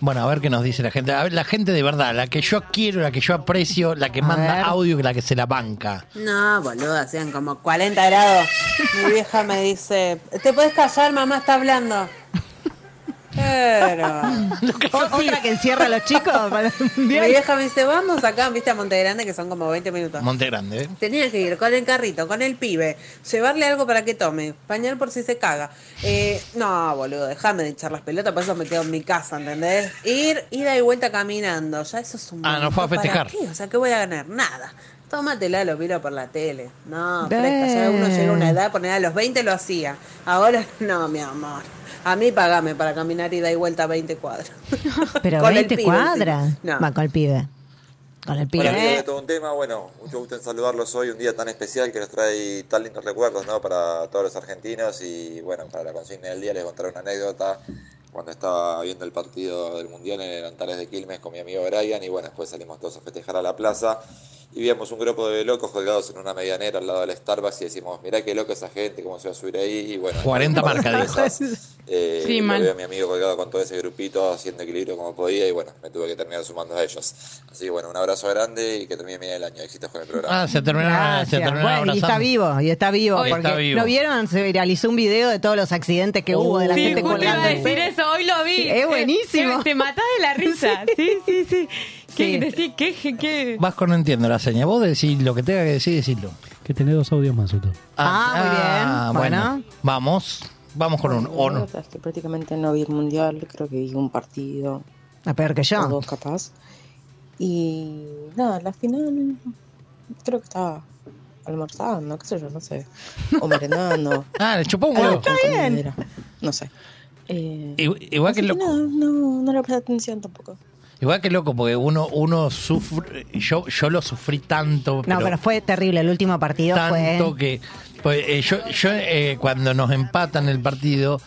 Bueno, a ver qué nos dice la gente. A ver, la gente de verdad, la que yo quiero, la que yo aprecio, la que
A
manda
ver.
audio, la que se la banca.
No, boluda, sean como 40 grados. Mi vieja me dice, ¿te puedes callar? Mamá está hablando. Pero...
O- Otra que encierra a los chicos para el
Mi
mundial.
vieja me dice, vamos acá, viste, a Monte Grande, que son como 20 minutos.
Monte Grande, ¿eh?
Tenía que ir con el carrito, con el pibe, llevarle algo para que tome, pañal por si se caga. Eh, no, boludo, déjame de echar las pelotas, por eso me quedo en mi casa, ¿entendés? Ir, ida y vuelta caminando, ya eso es un...
Ah, no fue a
montón.
festejar.
¿Para qué? O sea, ¿qué voy a ganar? Nada. Tómatela, lo miro por la tele. No,
Eh.
fresca, ya uno llega a una edad, poner a los 20 lo hacía. Ahora, [laughs] no, mi amor. A mí pagame para caminar ida y vuelta 20 cuadras. [laughs]
Pero
Con el
20
pibe,
cuadras.
sí. No.
Va con el pibe. Con el
Hola, amigos
pibe.
de todo un tema. Bueno, mucho gusto en saludarlos hoy, un día tan especial que nos trae tan lindos recuerdos, ¿no? Para todos los argentinos y, bueno, para la consigna del día les contaré una anécdota. Cuando estaba viendo el partido del Mundial en el Antares de Quilmes con mi amigo Brian y, bueno, después salimos todos a festejar a la plaza y vimos un grupo de locos colgados en una medianera al lado del Starbucks y decimos, mirá qué loco esa gente, cómo se va a subir ahí y, bueno...
40 marca, dijo.
marcas [laughs] Eh,
Sí,
lo
mal.
veo a mi amigo colgado con todo ese grupito, haciendo equilibrio como podía, y bueno, me tuve que terminar sumando a ellos. Así que bueno, un abrazo grande y que termine bien el año. Éxitos con el programa.
Ah, se terminaron, se
Gracias.
terminaron
Bueno, y está
abrazando.
vivo, y está vivo.
Hoy
porque
está vivo.
¿No vieron? Se viralizó un video de todos los accidentes que hubo de la
Sí,
gente
justo iba
colgando.
a
el
decir
pelo.
eso, hoy lo vi.
Es buenísimo.
Eh, Te matás de la risa. Sí, sí, sí.
Sí.
¿Qué decís? ¿Qué? qué, qué?
Vasco no entiendo la seña. Vos decís lo que tenga que decir, decirlo.
Que tenés dos audios más, Otto.
Ah, muy bien.
Vamos, vamos con un o no.
que prácticamente no vi el mundial, creo que vi un partido,
Ah, peor que
o
yo.
dos capaz. Y nada, la final creo que estaba almorzando, qué sé yo, no sé. O merendando.
Ah, le chupó un huevo.
con comidera, No sé. Eh,
I- Igual que
así que
loco.
nada, no, no le presté atención tampoco.
Igual que loco, porque uno, uno sufre. Yo, yo lo sufrí tanto.
No, pero fue terrible. El último partido fue.
tanto que pues, eh, yo, yo eh, cuando nos empatan el partido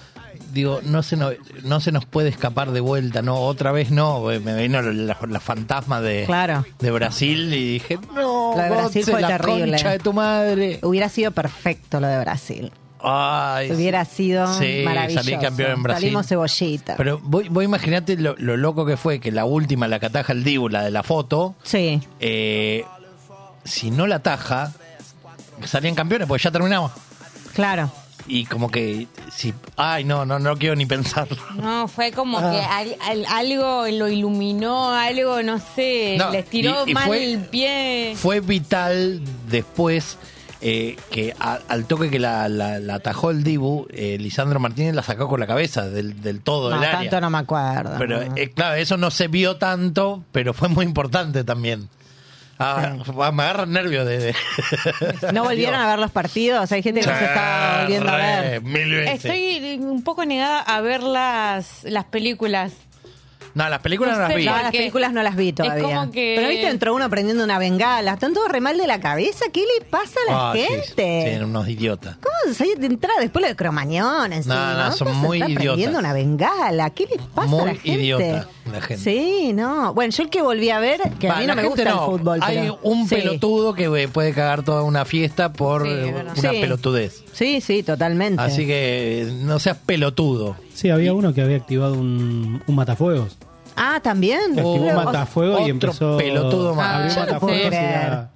digo no se nos, no se nos puede escapar de vuelta no otra vez no eh, me vino la, la fantasma de
Claro.
de Brasil y dije no
La de Brasil
Gotze,
fue
la
terrible.
concha de tu madre
Hubiera sido perfecto lo de Brasil.
Ay,
Hubiera sido
sí,
maravilloso.
salí campeón en Brasil
Salimos cebollita.
pero vos, vos imaginate lo, lo loco que fue que la última la que ataja el Dibu la de la foto
sí.
eh, si no la ataja salían campeones porque ya terminamos
Claro.
y como que si ay no no no quiero ni pensarlo
No, fue como que al- al- algo lo iluminó, algo, no sé,
No,
les Eh, tiró
y- y
mal
fue-
el pie.
fue vital después eh, que a- al toque que la, la- la atajó el Dibu eh, Lisandro Martínez la sacó con la cabeza del, del todo
No,
del área
tanto no me acuerdo.
pero
No.
eh, claro eso no se vio tanto pero fue muy importante también Ah, me agarran nervios de, de-
¿No volvieron a ver los partidos. Hay gente que
[laughs]
los estaba volviendo a ver.
Re, mil veces.
Estoy un poco negada a ver las, las películas.
no las películas no,
No
las
sé,
vi
No, las
Porque
películas no las vi todavía.
como que-
Pero viste, entró uno prendiendo una bengala. Están todos re mal de la cabeza. ¿Qué le pasa a la
Ah, sí, sí,
gente?
eran unos idiotas
¿Cómo se de entrada después lo de Cromañón? encima?
No, no, son
Entonces
muy
está
idiotas.
prendiendo una bengala. ¿Qué les pasa a
Muy
la gente?
idiota la gente.
Sí, no. Bueno, yo el que volví a ver, que
Va,
a mí
la
no me
gente
gusta el fútbol.
Hay
pero-
un
Sí.
pelotudo que eh, puede cagar toda una fiesta por
Sí, es
eh,
verdad.
una
Sí.
pelotudez.
Sí, sí, totalmente.
Así que eh, no seas pelotudo.
Sí, había uno que había activado un, un matafuegos.
Ah, también.
Que activó
Pero-
un matafuegos y
otro
empezó.
pelotudo más.
abrió
Ah, yo no puedo
matafuegos y
creer.
era-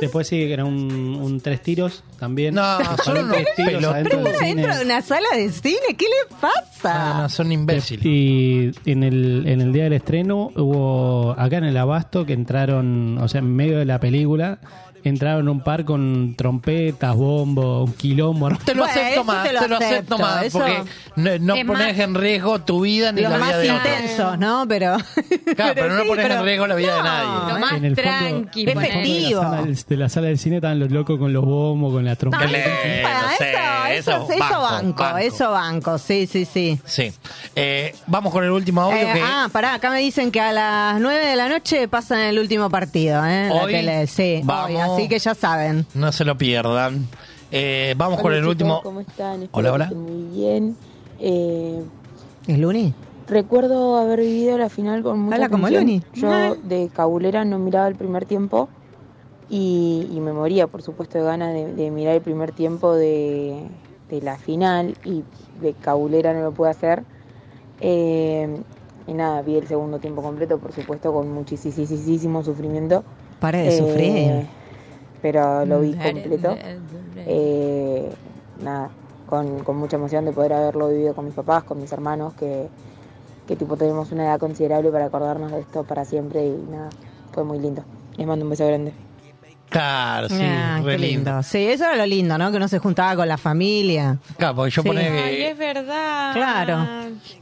Después sí, que era un, un tres tiros también.
No,
Disparó
son unos
tres tiros
pelotudos.
adentro del
Pero
cine.
dentro de una sala de cine, ¿qué le pasa?
No, no, son imbéciles.
Y en el, en el día del estreno hubo acá en el abasto que entraron, o sea, en medio de la película, entraron a un par con trompetas, bombo, un quilombo.
Te lo acepto más, te lo, acepto, más,
eso-
porque no, no
Es
pones
más-
en riesgo tu vida ni
Los
la
más
vida de otro.
intensos, ¿no? [laughs] Pero.
Claro, pero, no
sí,
pones
pero-
en riesgo la vida de nadie. Eh,
Lo más
En el fondo-
tranqui,
en el fondo
efectivo.
De la, sala, del- de la sala del cine estaban los locos con los bombos, con la trompeta.
Ah, eso, eso, eso banco, eso banco, sí, sí, sí.
Sí. Eh, vamos con el último audio
Eh,
que
Ah, pará, acá me dicen que a las 9 de la noche pasan el último partido, ¿eh? en
Hoy,
la tele, sí, hoy,
vamos.
así que ya saben.
no se lo pierdan. Eh, vamos con el
chicos,
último.
¿Cómo están? Espero
Hola,
que
hola.
estén Muy bien. Eh,
¿Es Luni?
recuerdo haber vivido la final con mucha
Habla como
atención.
Luni.
Yo de cabulera no miraba el primer tiempo y, y me moría, por supuesto, de ganas de, de mirar el primer tiempo de, de la final y de cabulera no lo pude hacer. Eh, y nada, vi el segundo tiempo completo, por supuesto, con muchísimo sufrimiento.
Pare de sufrir.
Eh,
Pero lo vi
Mm.
completo. Eh, nada, con, con mucha emoción de poder haberlo vivido con mis papás, con mis hermanos, que, que tipo tenemos una edad considerable para acordarnos de esto para siempre y nada, fue muy lindo. Les mando un beso grande.
Claro, sí,
Ah,
re
qué
lindo.
lindo. Sí, eso era lo lindo, ¿no? Que uno se juntaba con la familia.
Claro, porque yo
Sí.
pone
Ay, es verdad.
Claro.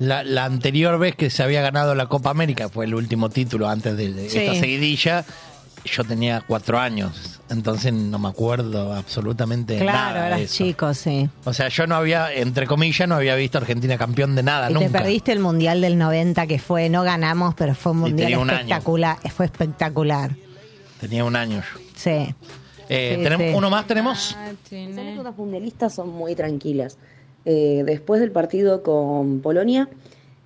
la, la anterior vez que se había ganado la Copa América, fue el último título antes de, de
Sí.
esta seguidilla. Yo tenía cuatro años, entonces no me acuerdo absolutamente
Claro,
nada. de
eras
eso.
chico, sí.
O sea, yo no había, entre comillas, no había visto a Argentina campeón de nada
Y
Ah, nunca.
te perdiste el mundial del 90 que fue, no ganamos, pero fue un
Y
mundial
tenía un año.
espectacular. Fue espectacular.
Tenía un año yo.
Sí.
Eh,
Sí,
¿tenemos,
sí.
¿Uno más tenemos?
Las
Eh.
anécdotas mundialistas son muy tranquilas. Eh, después del partido con Polonia,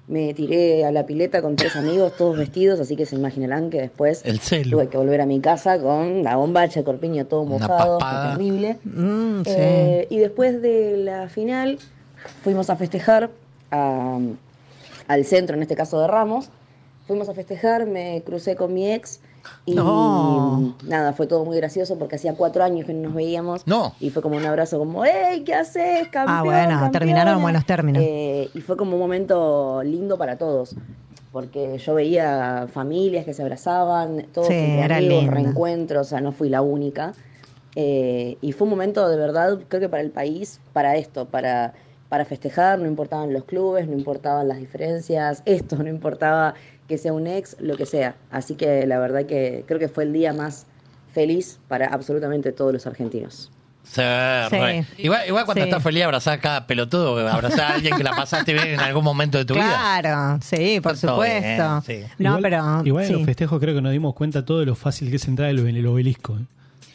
me tiré a la pileta con tres amigos, todos vestidos, así que se imaginarán que después
El celu.
tuve que volver a mi casa con la bombacha, corpiño todo mojado, fue
papada.
terrible.
Mm, sí.
Eh, y después de la final, fuimos a festejar a- al centro, en este caso de Ramos. Fuimos a festejar, me crucé con mi ex y
No.
nada, fue todo muy gracioso porque hacía cuatro años que no nos veíamos.
No.
Y fue como un abrazo como, ¡Ey, qué haces, campeón!
Ah, bueno,
campeona?"
terminaron en buenos términos.
Eh, y fue como un momento lindo para todos. Porque yo veía familias que se abrazaban, todos
Sí,
entre
era
amigos,
lindo.
reencuentros, o sea, no fui la única. Eh, y fue un momento de verdad, creo que para el país, para esto, para, para festejar, no importaban los clubes, no importaban las diferencias, [laughs] esto, no importaba que sea un ex, lo que sea. Así que la verdad que creo que fue el día más feliz para absolutamente todos los argentinos.
Sí, re. Igual, igual cuando
Sí.
estás feliz abrazás a cada pelotudo, abrazás a alguien que la pasaste bien en algún momento de tu vida.
Claro, sí, por
Está todo
supuesto.
bien, sí.
No,
igual,
pero.
Igual
sí.
en los festejos creo que nos dimos cuenta todo de lo fácil que es entrar en el- en el obelisco. ¿eh?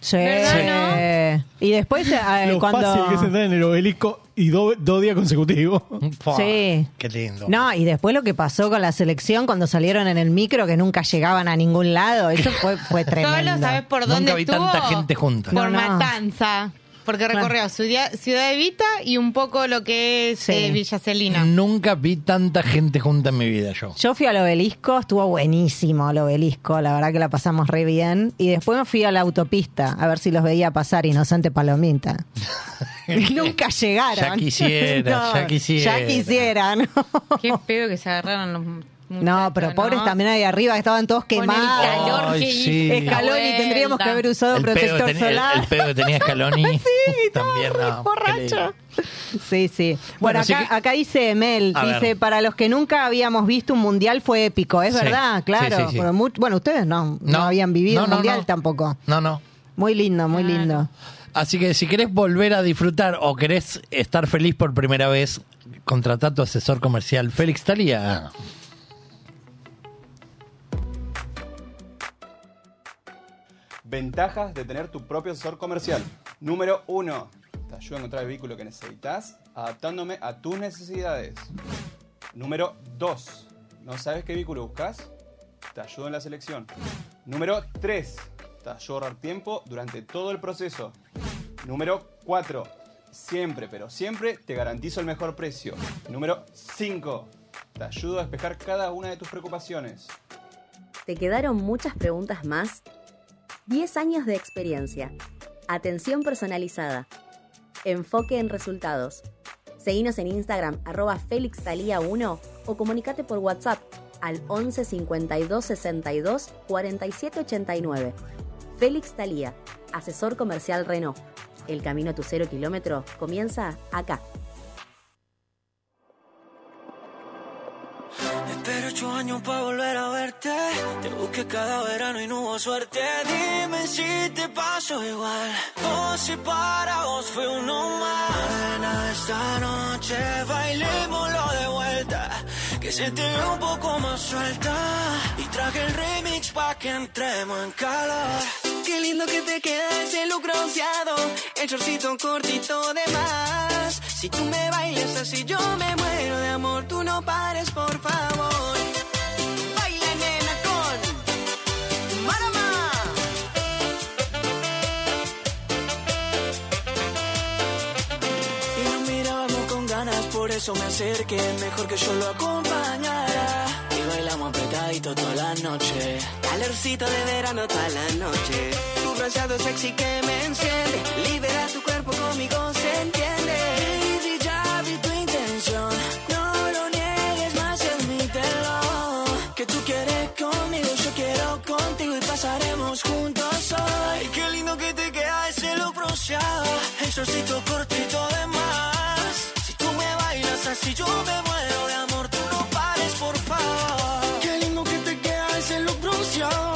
Sí.
¿Verdad,
Y después, eh,
lo
cuando.
fácil que es entrar en el obelisco y do- dos días consecutivos.
Sí.
Qué lindo.
No, y después lo que pasó con la selección cuando salieron en el micro que nunca llegaban a ningún lado, eso fue, fue tremendo.
Solo sabes por dónde
vi
estuvo.
tanta gente junta.
Por
No, no.
Matanza. Porque recorrió Ciudad, Ciudad Evita y un poco lo que es eh, Villacelina.
Nunca vi tanta gente junta en mi vida yo.
Yo fui al obelisco, estuvo buenísimo el obelisco, la verdad que la pasamos re bien. Y después me fui a la autopista a ver si los veía pasar Inocente Palomita. Nunca llegaron. [laughs]
Ya quisiera, ya quisiera.
Ya quisiera, ¿no?
Qué pedo que se agarraron los mu-
No, pero pobres también ahí arriba que estaban todos quemados.
calor
Ay, que hizo sí. la
Es calor y
vuelta.
tendríamos que haber usado
El pedo, que
protector
tenía- el-
solar.
el pedo que tenía
[laughs]
Scaloni. también, no, qué lindo.
Sí, sí.
Bueno,
Bueno,
así
acá, acá dice Mel,
A
dice,
ver.
para los que nunca habíamos visto un mundial fue épico, es
Sí,
verdad, claro.
sí, sí, sí.
Por mu- bueno, ustedes no, no, habían vivido
no,
un
no,
mundial
no.
tampoco.
No, no.
Muy lindo, muy lindo.
Así que si querés volver a disfrutar o querés estar feliz por primera vez, contratá a tu asesor comercial Félix Talía.
Ventajas de tener tu propio asesor comercial. Número 1. Te ayuda a encontrar el vehículo que necesitas, adaptándome a tus necesidades. Número 2. ¿No sabes qué vehículo buscas? Te ayudo en la selección. Número 3. Te ayuda a ahorrar tiempo durante todo el proceso. Número 4. Siempre, pero siempre te garantizo el mejor precio. Número 5. Te ayudo a despejar cada una de tus preocupaciones.
¿Te quedaron muchas preguntas más? 10 años de experiencia. Atención personalizada. Enfoque en resultados. Seguinos en Instagram arroba FélixTalía1 o comunicate por WhatsApp al 11 52 62 47 89.
Félix Talía, asesor comercial Renault. El camino a tu cero kilómetro comienza acá.
Espero ocho años para volver a verte. Te busqué cada verano y no hubo suerte. Dime si te paso igual. O si para vos fue uno más. Ven a esta noche bailémoslo de vuelta. Que se te ve un poco más suelta. Y traje el remix pa' que entremos en calor.
Qué lindo que te queda ese look bronceado, el shortcito cortito de más. Si tú me bailas así yo me muero de amor, tú no pares, por favor. Baila nena con Marama.
Y nos mirábamos con ganas, por eso me acerqué. Mejor que yo lo acompañara. Y bailamos apretadito toda la noche.
Calorcito de verano toda la noche. Tu bronceado sexy que me enciende, libera tu cuerpo conmigo se entiende.
Baby, ya vi tu intención. No lo niegues más, admítelo. Que tú quieres conmigo, yo quiero contigo y pasaremos juntos hoy.
Ay, qué lindo que te queda ese look bronceado, el shortcito cortito de más. Si tú me bailas así yo me muero de amor, tú no pares, por favor.
Qué lindo que te queda ese look bronceado,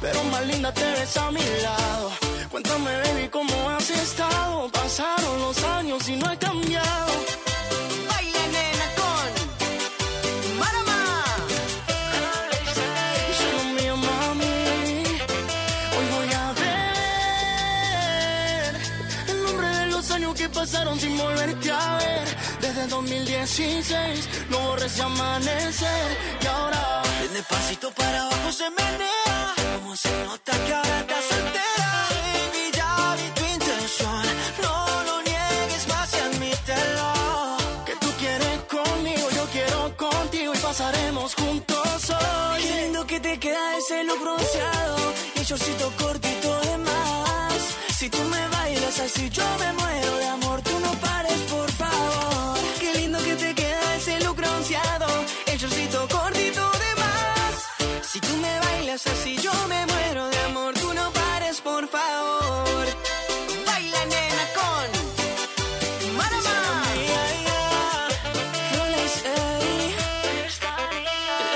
pero más linda te ves a mi lado. Cuéntame, baby, cómo has estado. Pasaron los años y no he cambiado.
Baila nena con Marama.
Solo mío, mami. Hoy voy a ver el nombre de los años que pasaron sin volverte a ver. Desde 2016 no borré ese amanecer y ahora
Despacito para abajo se menea, como se nota que ahora estás soltera. Baby, ya vi tu intención, no lo niegues más y admítelo.
que tú quieres conmigo, yo quiero contigo y pasaremos juntos hoy.
Qué lindo que te queda ese look bronceado Y el shortcito cortito de más Si tú me bailas así yo me muero de amor Tú no pares, por favor
Qué lindo que te queda ese look bronceado
El shortcito cortito de más Si tú me bailas así yo me muero de amor Tú no pares, por favor Baila nena con Marama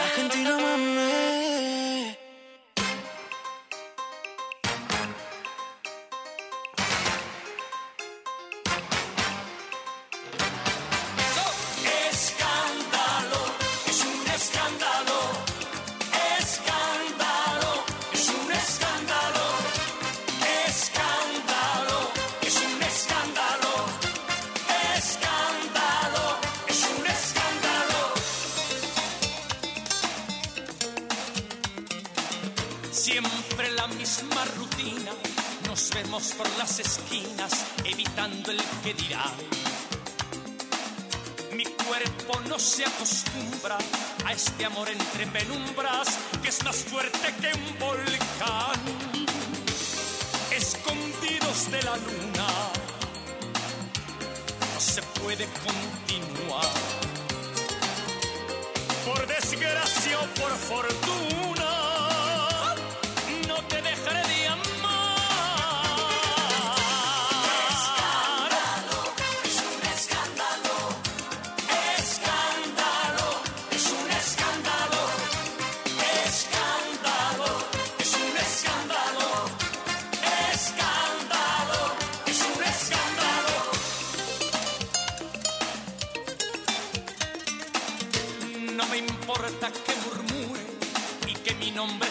La gente no mame.
Escándalo, es un escándalo. Escándalo, es un escándalo. Escándalo, es un escándalo. Escándalo, es un escándalo.
Siempre la misma rutina, nos vemos por las esquinas, evitando el que dirá. Mi cuerpo no se acostumbra a este amor entre penumbras, que es más fuerte que un volcán. Escondidos de la luna, no se puede continuar. Por desgracia o por fortuna, no te dejaré de amar.
Es un escándalo. Escándalo, es un escándalo. Escándalo, es un escándalo. Escándalo, es un escándalo.
No me importa que murmuren y que mi nombre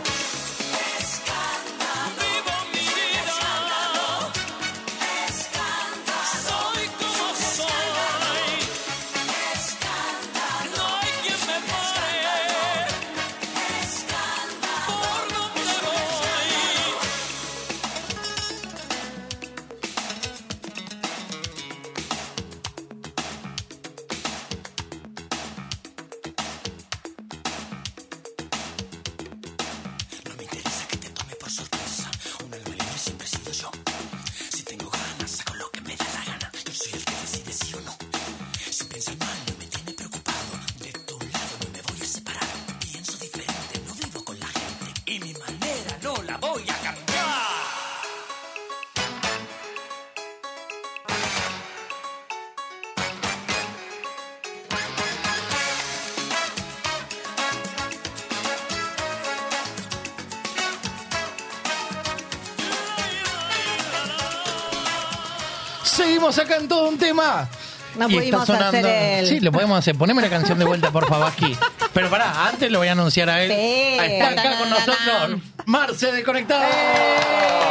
Seguimos acá en todo un tema.
No pudimos hacer el-
Sí, lo podemos hacer. Poneme la canción de vuelta, por favor,
[laughs]
aquí. Pero pará, antes lo voy a anunciar a él.
Sí.
Está acá con nosotros. Marce de Conectado.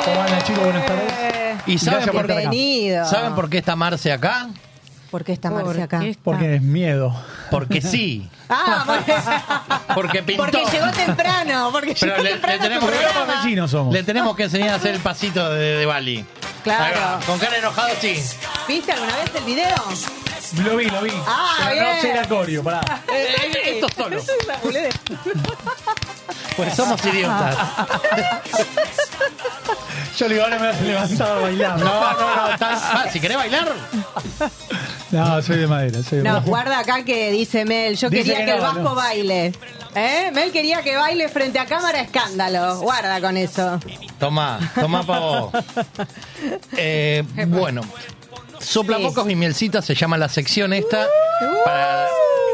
¿Cómo andan, chicos? Buenas tardes.
¿Y saben
Gracias por
por,
estar acá.
Bienvenido.
¿Saben por qué está Marce acá?
¿Por qué está Marcia acá?
Porque es miedo.
[laughs]
Porque sí. [laughs]
Ah, porque,
Porque pintó.
porque llegó temprano. Porque
Pero
llegó
le, le
temprano.
tenemos,
a su programa.
le tenemos que enseñar a hacer el pasito de, de Bali.
Claro.
Ahí va. Con cara enojado, sí.
¿Viste alguna vez el video?
Lo vi, lo vi.
Ah,
Pero no
bien.
sé la coreo, pará.
Eh, Esto solo.
Es una boludez.
Pues somos idiotas.
[laughs]
Yo le digo, ahora me vas a levantar a bailar.
No, no, no. estás- ah, si querés bailar.
No, soy de madera, soy de
No,
madera.
guarda acá que dice Mel, yo
Dice
quería
que
que, el
no,
Vasco
no.
baile. ¿Eh? Mel quería que baile frente a cámara, escándalo. Guarda con eso.
Tomá, tomá
[laughs]
pa' vos. Eh, bueno, sopla pocos y mielcita se llama la sección esta.
Uh.
Para,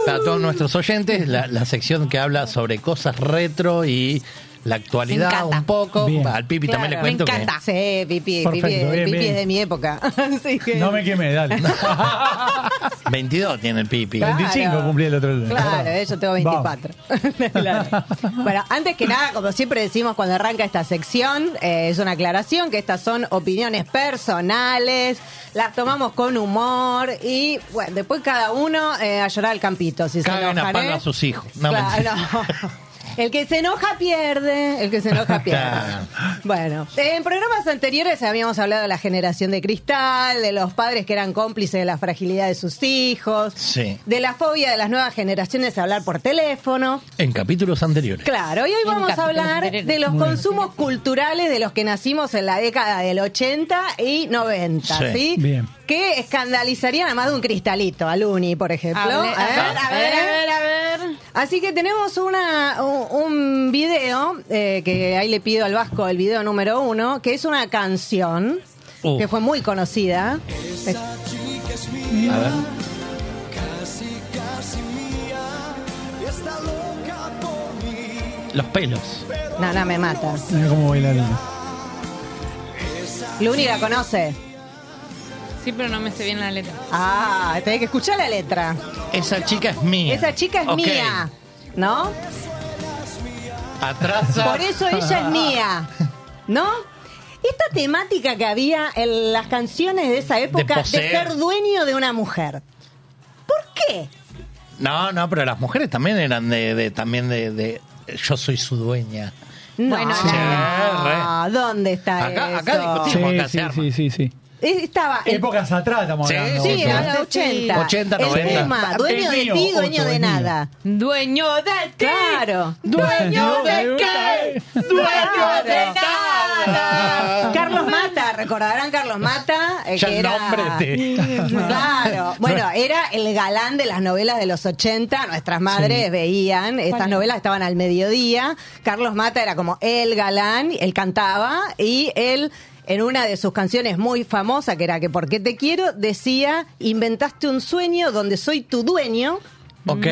para todos nuestros oyentes, la, la sección que habla sobre cosas retro y la actualidad un poco. Al Pipi también le
Claro.
cuento que.
Sí, Pipi,
Perfecto,
Pipi,
bien,
Pipi
bien.
es de mi época. [laughs] Así que-
quemé, dale.
22 tiene el Pipi.
25 cumplí el otro
[laughs]
día.
Claro, eh, yo tengo 24. [laughs] Claro. Bueno, antes que nada, como siempre decimos cuando arranca esta sección, eh, es una aclaración que estas son opiniones personales, las tomamos con humor y bueno, después cada uno eh, a llorar al campito, si se
Cagan a
enojan.
palo
¿eh?
a sus hijos. No,
Claro,
mentira.
[laughs] no. El que se enoja pierde, el que
[laughs]
se enoja pierde.
Claro.
Bueno, en programas anteriores habíamos hablado de la generación de cristal, de los padres que eran cómplices de la fragilidad de sus hijos,
Sí.
de la fobia de las nuevas generaciones a hablar por teléfono.
En capítulos anteriores.
Claro, y hoy vamos a
capítulo
hablar
anterior.
de los
Muy bien.
consumos culturales de los que nacimos en la década del 80 y 90, ¿sí?
Sí, bien.
Que escandalizarían a más de un cristalito, a Luni, por ejemplo.
Hable-
¿eh?
a ver, a ver, a ver,
Así que tenemos una, un, un video, eh, que ahí le pido al Vasco el video número uno, que es una canción
Uh.
que fue muy conocida. Es-
chica es
A ver.
casi, casi mía. Está loca por mí.
Los pelos.
No, no, me mata.
Mira cómo baila Luna.
Luni la conoce.
Sí, pero no me sé bien la letra.
Ah, tenés que escuchar la letra.
Esa chica es mía.
Esa chica es
Ok.
mía, ¿no?
Atrasa.
Por eso ella es mía, ¿no? Esta temática que había en las canciones de esa época de,
poseer.
ser dueño de una mujer. ¿Por qué?
No, no, pero las mujeres también eran de, de- también de, de- yo soy su dueña.
No,
Bueno, Sí,
no, ¿dónde está
Acá-
eso?
acá discutimos, acá se arma.
sí, sí, sí.
Eh, Estaba el-
Épocas atrás
Ah,
estamos
Sí,
hablando.
Sí,
vos,
era
¿eh?
de 80.
80,
El
90.
tema, dueño de
mío,
ti, dueño
otro
de
es mío.
nada.
Dueño de ti.
Claro.
Dueño de qué. Dueño de
nada. Carlos Mata, recordarán Carlos Mata, Eh,
Ya
que
el
era
nombre
[laughs]
te-
Claro. Bueno, era el galán de las novelas de los 80, nuestras madres veían, estas novelas estaban al mediodía, Carlos Mata era como el galán, él cantaba y él en una de sus canciones muy famosa, que era que ¿Por qué te quiero? decía, inventaste un sueño donde soy tu dueño.
Ok.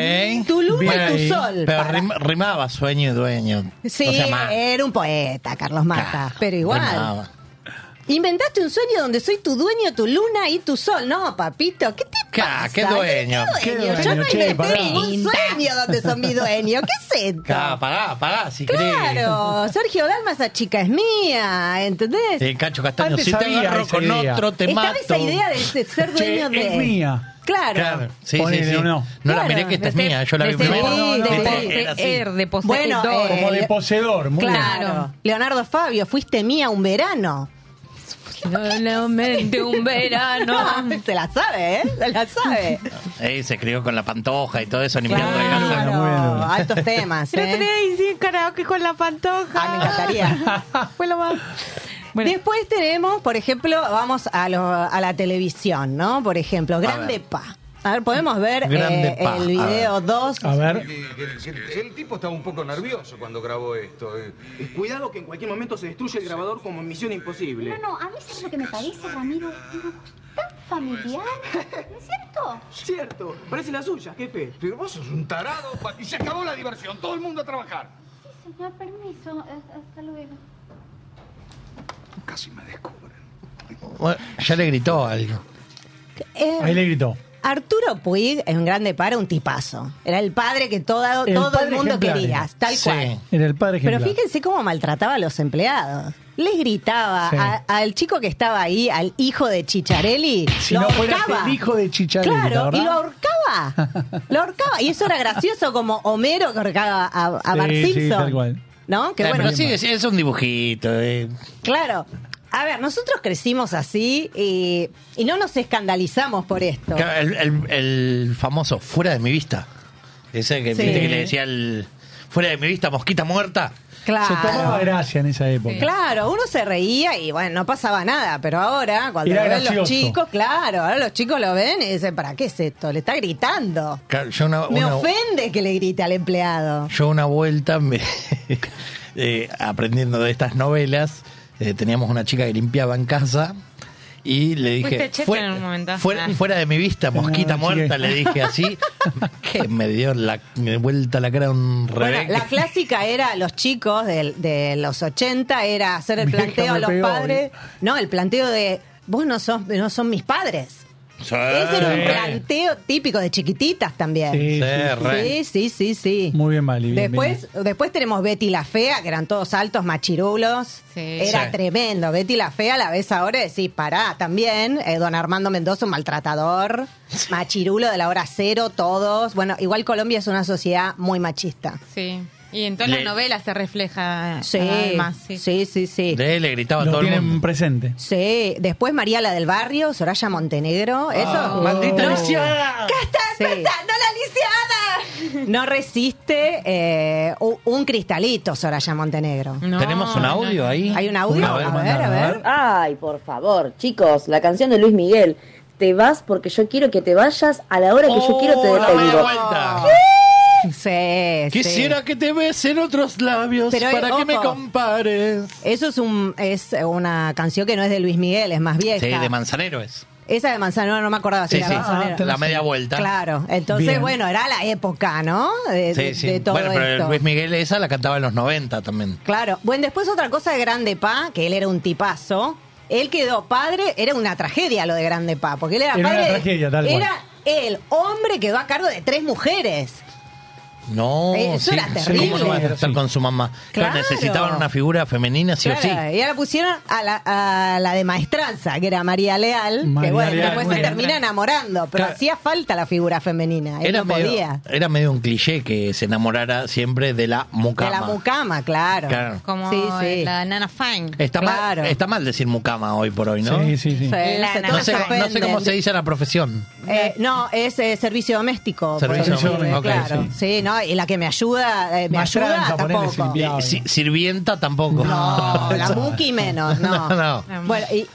Tu luna y
Bueno,
tu sol,
Pero
para.
rim- rimaba sueño y dueño.
Sí,
O sea, ma-
era un poeta, Carlos Mata, pero igual.
rimaba.
Inventaste un sueño donde soy tu dueño, tu luna y tu sol. No, papito, ¿qué te
Ca,
pasa?
qué dueño.
¿Qué dueño?
Qué
Yo
dueño,
no
che, pará.
inventé ningún sueño donde son mi dueño. ¿Qué es esto?
Ca, pará, pará, si
Claro, Sergio Dalma, esa chica es mía, ¿entendés?
querés. Eh, Cacho Castaño,
Antes
si te
había
agarro
esa
con
idea.
otro, te
Estaba
mato.
esa idea de se- ser dueño
Che,
de...
es mía.
Claro.
Sí, sí,
Ponele,
sí.
¿o no?
No la miré que esta es mía, yo la vi
de ser-
primero.
de
Viste,
ser-
era así.
ser, de poseedor.
Bueno, eh,
Como de poseedor, muy
claro. Leonardo Fabio, fuiste mía un verano.
Solamente
[laughs]
un [laughs] verano.
Ah, se la sabe, ¿eh? Se la
[laughs]
sabe.
Eh, se crió con la pantoja y todo eso, limpiando la casa.
Claro, altos
[laughs]
temas.
El
¿eh?
otro día hice un karaoke con la pantoja. Ah,
Ah, me
[laughs]
encantaría.
Fue lo más.
Después tenemos, por ejemplo, vamos a, lo- a la televisión, ¿no? Por ejemplo, Grande
ver.
Pa. A ver, podemos ver
Grande
eh,
Pa,
el
a ver.
video 2.
Ah,
A ver.
El tipo estaba un poco nervioso cuando grabó esto. eh.
Cuidado que en cualquier momento se destruye el grabador como en Misión Imposible.
No, no, a mí es lo que me parece, Ramiro, una voz tan familiar. ¿No es cierto?
Cierto, parece la suya, jefe. Pero vos sos un tarado pa- y se acabó la diversión. Todo el mundo a trabajar.
Sí, señor, permiso. eh, Hasta luego.
Casi me descubren.
Bueno, ya le gritó algo.
Eh,
Ahí le gritó.
Arturo Puig en Grande Para un tipazo. Era el padre que todo
El
el, todo el
padre
mundo
ejemplar.
quería, tal
Sí.
cual.
En el padre
Pero
ejemplar.
fíjense cómo maltrataba a los empleados. Les gritaba
Sí.
a- al chico que estaba ahí, al hijo de Chicharelli,
Si
lo
no fueras
ahorcaba.
el hijo de Chicharelli,
claro,
¿verdad?
y lo ahorcaba. Lo ahorcaba. Y eso era gracioso, como Homero que ahorcaba a, a Bart Simpson. ¿No? Que
Eh,
bueno.
Pero sí, es, es un dibujito. eh.
Claro. A ver, nosotros crecimos así y, y no nos escandalizamos por esto.
Claro, El, el- el famoso fuera de mi vista. Ese que,
Sí.
viste que le decía el fuera de mi vista, mosquita muerta.
Claro.
Se tomaba gracia en esa época.
Claro, uno se reía y bueno, no pasaba nada, pero ahora cuando
Era
lo ven los
gracioso.
chicos, claro, ahora los chicos lo ven y dicen, ¿para qué es esto? Le está gritando.
Claro, yo una,
Me
una-
ofende que le grite al empleado.
yo una vuelta, me- [laughs] eh, aprendiendo de estas novelas, eh, teníamos una chica que limpiaba en casa y le dije,
Fuiste cheta
"Fue-
en un momento.
fuera,
Ah.
fuera de mi vista, mosquita
No,
muerta,
chica.
le dije así,
[laughs]
que me dio la me vuelta la cara un revés.
Bueno, la clásica era, los chicos del- de, los 80, era hacer el
[laughs] Vieja
planteo a
me
los
pegó,
padres. No, el planteo de, vos no, sos, no son mis padres.
Ah, Sí.
Ese era un planteo típico de chiquititas también.
Sí, sí, sí.
sí, sí, sí, sí.
Muy bien, Mali. bien,
Después, después tenemos Betty la Fea, que eran todos altos machirulos. Era
Sí.
tremendo. Betty la Fea la ves ahora y decís, pará, también. eh, don Armando Mendoza, un maltratador. Machirulo de la hora cero, todos. Bueno, igual Colombia es una sociedad muy machista.
Sí. Y en todas
Le-
las novelas se refleja
Sí,
además, sí.
sí, sí, sí.
De él le gritaba a
Lo
todo el
tienen
mundo.
presente.
Sí, después María la del Barrio, Soraya
Ah.
Montenegro. Eso.
maldita
No.
lisiada.
¡Cá está despertando la lisiada! No resiste eh, u- un cristalito, Soraya Montenegro.
¿Tenemos un audio ahí?
Hay un audio.
A ver,
a ver, a ver.
Ay, por favor, chicos, la canción de Luis Miguel. Te vas porque yo quiero que te vayas a la hora que yo quiero te
Oh, la media
detengo.
vuelta.
Sí,
Quisiera que te besen otros labios
Este, Pero, eh,
para que me
ojo.
compares.
Eso es, un, es una canción que no es de Luis Miguel, es más vieja.
Sí, de Manzanero es.
Esa de Manzanero no me acordaba si
Sí,
era
sí.
Manzanero.
Ah, la media vuelta.
Claro, entonces,
Bien.
bueno, era la época, ¿no? De, de-
Sí, sí.
de todo
bueno, pero
esto.
Luis Miguel esa la cantaba en los 90 también.
Claro. Bueno, después otra cosa de Grande Pa, que él era un tipazo. Él quedó padre, era una tragedia lo de Grande Pa, porque él era,
Era una
padre. de-
tragedia, tal cual.
era el hombre quedó a cargo de tres mujeres.
No,
Eh, eso
sí,
era
sí,
terrible.
¿Cómo no vas a estar con su mamá? Claro,
Claro.
necesitaban una figura femenina, sí o sí.
Claro, Y ahora pusieron a la, a la de maestranza, que era María Leal,
María
que bueno,
Leal,
después
muy
se
bien.
termina enamorando, pero
Claro.
hacía falta la figura femenina, él no
medio,
podía.
era medio un cliché que se enamorara siempre de la mucama.
De la mucama, claro.
Claro.
Como eh,
Sí, sí.
la Nana Fine.
Está,
Claro.
mal, está mal decir mucama hoy por hoy, ¿no?
Sí, sí, sí.
Sí, no sé,
no, sé,
todos se
no sé cómo
ofenden.
se dice la profesión.
Eh, no, es eh, servicio doméstico.
Servicio
por decirlo,
doméstico, ok,
claro.
sí.
sí. no, y la que me ayuda, eh, me ayuda tampoco.
Eh, si- Sirvienta tampoco.
No, la Muki menos, no.
[laughs] No, [laughs] no.
Bueno, y,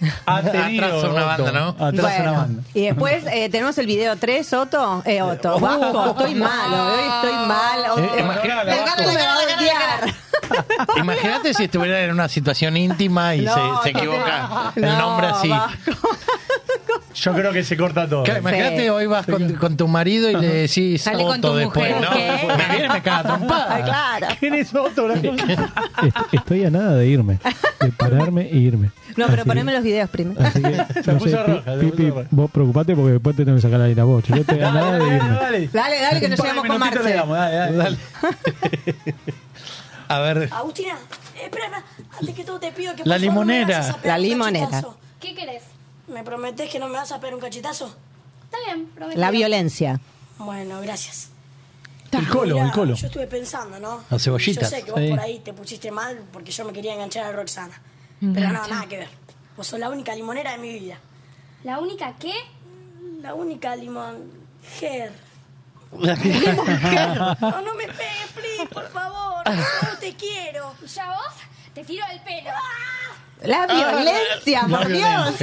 tenido,
Atrás una
Otto.
banda, ¿no?
Atrás
bueno,
una banda.
y después eh, tenemos el video 3, Otto. Eh, Otto, Vasco, estoy mal, hoy estoy mal. Otto.
Eh, imagínate,
El gato me va a odiar.
[laughs]
[laughs] Imagínate si estuviera en una situación íntima y
No,
se, se
no.
equivoca el
No,
nombre así.
Yo creo que se corta todo.
Claro, imagínate, hoy vas con, con tu marido y le decís
Sale con
Otto
tu
después,
mujer,
¿no?
¿qué?
Me viene y me caga a trompada.
Ah, claro.
¿Quién es Otto?
Est- Estoy a nada de irme, de pararme e irme.
No, pero poneme los videos primero.
Ah, Se puso
Pi-
roja, se
Pipi, vos preocupate porque después te tengo que sacar la aire a vos. Yo
[laughs]
estoy a nada de irme.
Dale, dale, que nos
Un par de
llegamos
minutitos
con Marce.
le damos, dale, dale.
A ver,
Agustina, espera, antes que todo te pido que
La
por favor, me
limonera.
hagas a pegar
La
un
limonera.
cachetazo. ¿Qué querés? ¿Me prometes que no me vas a pegar un cachetazo? Está bien,
¿eh?
prometido.
La violencia.
Bueno, gracias.
El colo, el colo.
Yo estuve pensando, ¿no?
Las cebollitas.
Yo sé que vos
Sí.
por ahí te pusiste mal porque yo me quería enganchar a Roxana. Pero no, Engancha. nada que ver. Vos sos la única limonera de mi vida. ¿La única qué? La única limon... Ger.
No, no me pegues, please, por favor. No te quiero. ¿Y ya vos? Te tiro el pelo.
La violencia, por Dios.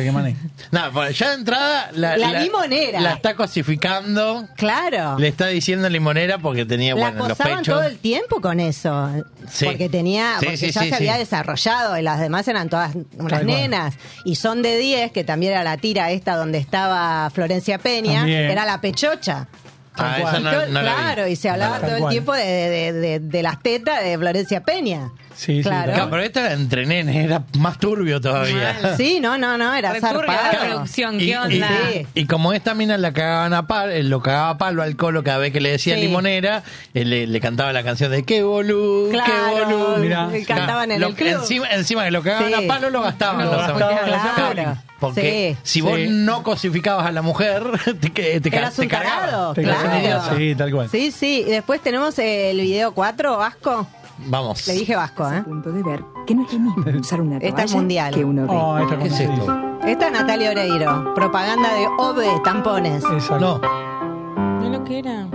No, bueno, ya de entrada. La,
La limonera.
La está cosificando.
Claro.
Le está diciendo limonera porque tenía,
La
Eh, bueno, en los
acosaban
pechos.
todo el tiempo con eso.
Sí.
Porque tenía,
Sí,
porque
sí,
ya
sí,
se había
sí.
desarrollado y las demás eran todas unas
Tal cual.
nenas. Y son de 10, que también era la tira esta donde estaba Florencia Peña,
También.
era la pechocha.
Ah, esa
Y
no,
todo-
no la vi.
claro, y se hablaba
No la vi.
todo el tiempo de, de- de- de las tetas de Florencia Peña.
Sí,
Claro.
Claro, pero esta la entrené, era más turbio todavía.
Sí, no, no, no, era
Returga la
zarpado.
producción,
Y,
¿qué onda?
y- y como esta mina la cagaban a pal, eh, lo cagaba a palo al colo cada vez que le decía
Sí.
limonera, eh, le, le cantaba la canción de qué boludo, qué
Claro,
boludo.
Mirá. le cantaban en
Lo-
el club.
Encima, encima que lo cagaban
Sí.
a palo, lo gastaban.
Lo
los
gastaban,
hombres.
lo hacían bullying.
Porque
Sí.
si vos
Sí.
no cosificabas a la mujer, [laughs] te, que- te, ca-
Eras un
te cagaban.
tarado,
Te cagaban.
claro.
Sí, tal cual.
Sí, sí. Y después tenemos eh, el video 4, Vasco.
Vamos.
Le dije Vasco, ¿eh?
punto de
Ah.
ver que no es lo mismo usar una
Esta es
toalla
mundial.
que un obe.
Oh, esta
¿Qué es esto?
Esta es Natalia Oreiro. Propaganda de OB, tampones.
No.
No lo que era.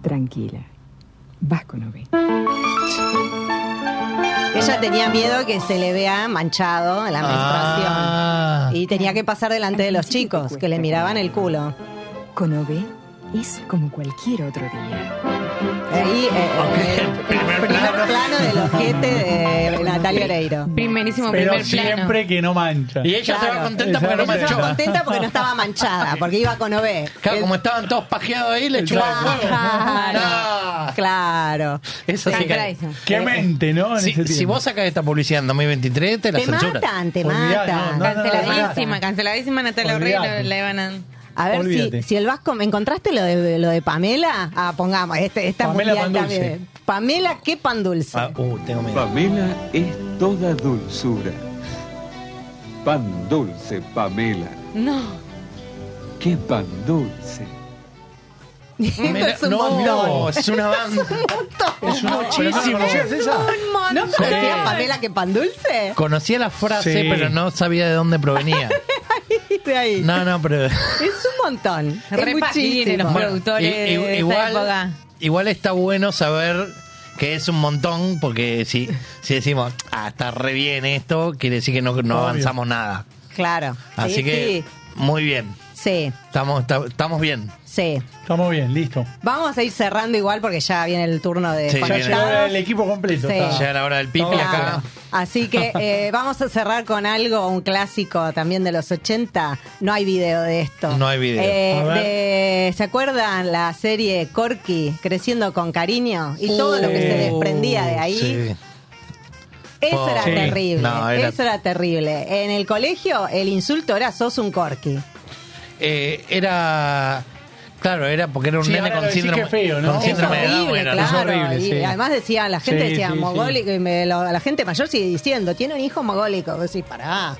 Tranquila, vas con obe.
Ella tenía miedo que se le vea manchado en la
Ah.
menstruación. Y tenía que pasar delante de los chicos, que le miraban el culo.
Con obe es como cualquier otro día.
Ahí, eh, eh, el primer, plano del ojete de Natalia Oreiro.
Primerísimo
Pero
primer plano.
siempre que no mancha.
Y ella se va contenta porque no
Ella
manchó.
estaba contenta porque no estaba manchada, porque iba con OB.
Claro, como estaban todos pajeados ahí, le chupaban huevo.
Claro. claro.
Eso sí que.
Eh,
mente, ¿no? Si, si vos sacas esta publicidad en 2023, te la
Te
censuran.
matan, te Olvidá, matan. no, no, no,
Canceladísima, canceladísima Natalia Oreiro.
Olvídate.
La iban a...
A ver si,
Olvídate.
si el Vasco, ¿me encontraste lo de, lo de Pamela? Ah, pongamos, este, esta
Pamela
mundial
pan dulce.
también. Pamela, qué pan dulce.
Ah,
uh, tengo miedo.
Pamela es toda dulzura. Pan dulce, Pamela.
No.
Qué pan dulce.
Mira,
[laughs] es un
no,
montón.
es una banda.
Es un montón.
Es un muchísimo.
Es un montón. ¿No conocías
Sí.
Pamela que pan dulce? [laughs]
Conocía la frase,
Sí.
pero no sabía de dónde provenía.
De ahí.
No, no, pero. [laughs]
Es un montón. Es
Repaginen
muchísimo.
los productores
i- i-
de esa época.
igual está bueno saber que es un montón, porque si, si decimos, ah, está re bien esto, quiere decir que no, no
Obvio.
avanzamos nada.
Claro.
Así
Sí,
que, muy bien.
Sí,
Estamos, ta- estamos bien.
sí. sí.
Estamos bien, listo.
Vamos a ir cerrando igual porque ya viene el turno de
Sí,
conectados.
viene. Ya llegó el
equipo completo.
está.
Llega la hora del pipi
Claro.
acá.
Así
[laughs]
que eh, vamos a cerrar con algo, un clásico también de los 80. No hay video de esto.
No hay video.
Eh,
A ver.
de- ¿Se acuerdan la serie Corky, Creciendo con Cariño? Y todo lo que
Uh.
se
Uh.
desprendía de ahí.
Sí.
Eso
Oh,
era
sí.
terrible.
No, era-
Eso era terrible. En el colegio, el insulto era sos un Corky.
Eh, era. Claro, era porque era un
Sí,
nene
ahora
con
lo decís
síndrome,
que es feo, ¿no?
con
Es
síndrome de Down.
horrible,
Era,
claro.
horrible,
y
sí.
además decía, la gente
Sí,
decía
sí, sí.
mogólico, y me lo- la gente mayor sigue diciendo, tiene un hijo mogólico. Vos decís, pará.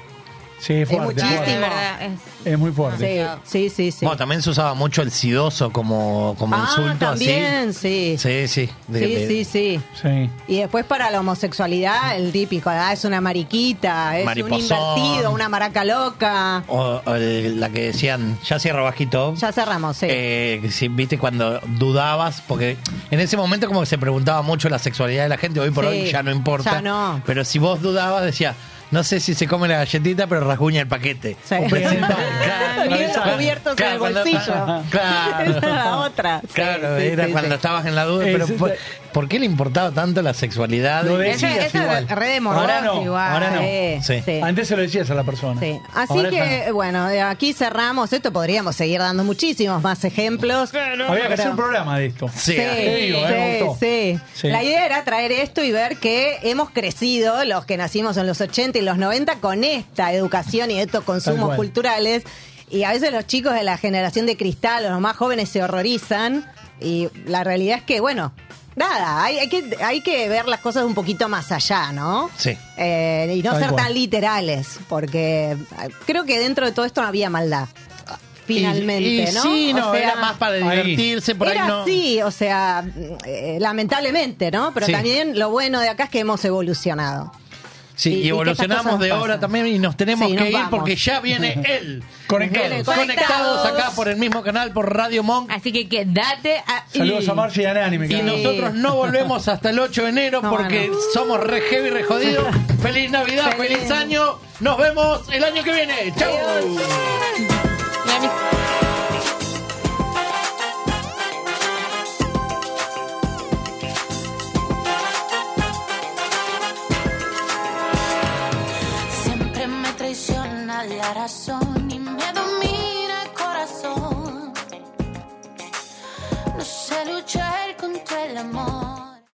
Sí,
Es
fuerte.
muchísimo.
fuerte. Es muy fuerte.
Sí, sí, sí. sí.
Bueno, también se usaba mucho el sidoso como, como
Ah,
insulto
también,
así.
sí.
Sí, sí. de-
Sí,
de-
sí, sí. Y después para la homosexualidad, el típico, ah, es una mariquita, es un
Mariposón.
invertido, una maraca loca.
O, o el- la que decían, ya cierra bajito.
Ya cerramos, sí.
Eh, que sí, viste cuando dudabas, porque en ese momento como que se preguntaba mucho la sexualidad de la gente, hoy por
Sí,
hoy ya no importa.
ya no.
Pero si vos dudabas, decías, no sé si se come la galletita, pero rasguña el paquete. O presenta- claro,
Bien cubiertos en el
claro, cuando-
bolsillo.
Claro.
Esa era [laughs] la otra. Sí,
Claro,
sí,
era
sí,
cuando
sí.
estabas en la duda, pero
Ese-
¿por, por qué le importaba tanto la sexualidad?
Lo decías Ese- ese igual.
re de morboso
Ahora no.
igual.
Ahora no.
Sí, sí.
Antes se lo decías a la persona.
Sí. Así
Ahora
que,
ya
bueno, eh, aquí cerramos. Esto podríamos seguir dando muchísimos más ejemplos.
no. Había que hacer
Pero-
un programa de esto.
eh, Sí,
Te digo, eh, me
sí,
gustó.
sí.
Sí.
La idea era traer esto y ver que hemos crecido, los que nacimos en los 80 y los 90, con esta educación y estos
Tal
consumos
cual.
culturales. Y a veces los chicos de la generación de cristal, los más jóvenes, se horrorizan. Y la realidad es que, bueno, nada, hay, hay que, hay que ver las cosas un poquito más allá, ¿no?
Sí.
Eh, y no
Tal
ser
cual.
tan literales, porque eh, creo que dentro de todo esto no había maldad. Finalmente,
Y- y
¿no?
sí,
O
no,
sea,
era más para divertirse, por ahí
era
no.
así, o sea, eh, lamentablemente, ¿no? Pero
Sí.
también lo bueno de acá es que hemos evolucionado.
Sí,
Y- y
y,
que estas
evolucionamos
cosas
de
nos
hora
pasan.
también y nos tenemos
Sí, nos
que ir
vamos.
porque
[laughs]
ya viene él.
Conectados.
Conectados acá por el mismo canal, por Radio Monk.
Así que quédate a...
Saludos a Marcia y a Nani. me
Y
quedan.
nosotros no volvemos hasta el 8 de enero
No,
porque
bueno.
somos re heavy, re
[laughs]
jodidos. Feliz Navidad, feliz año. Nos vemos el año que viene. Chau.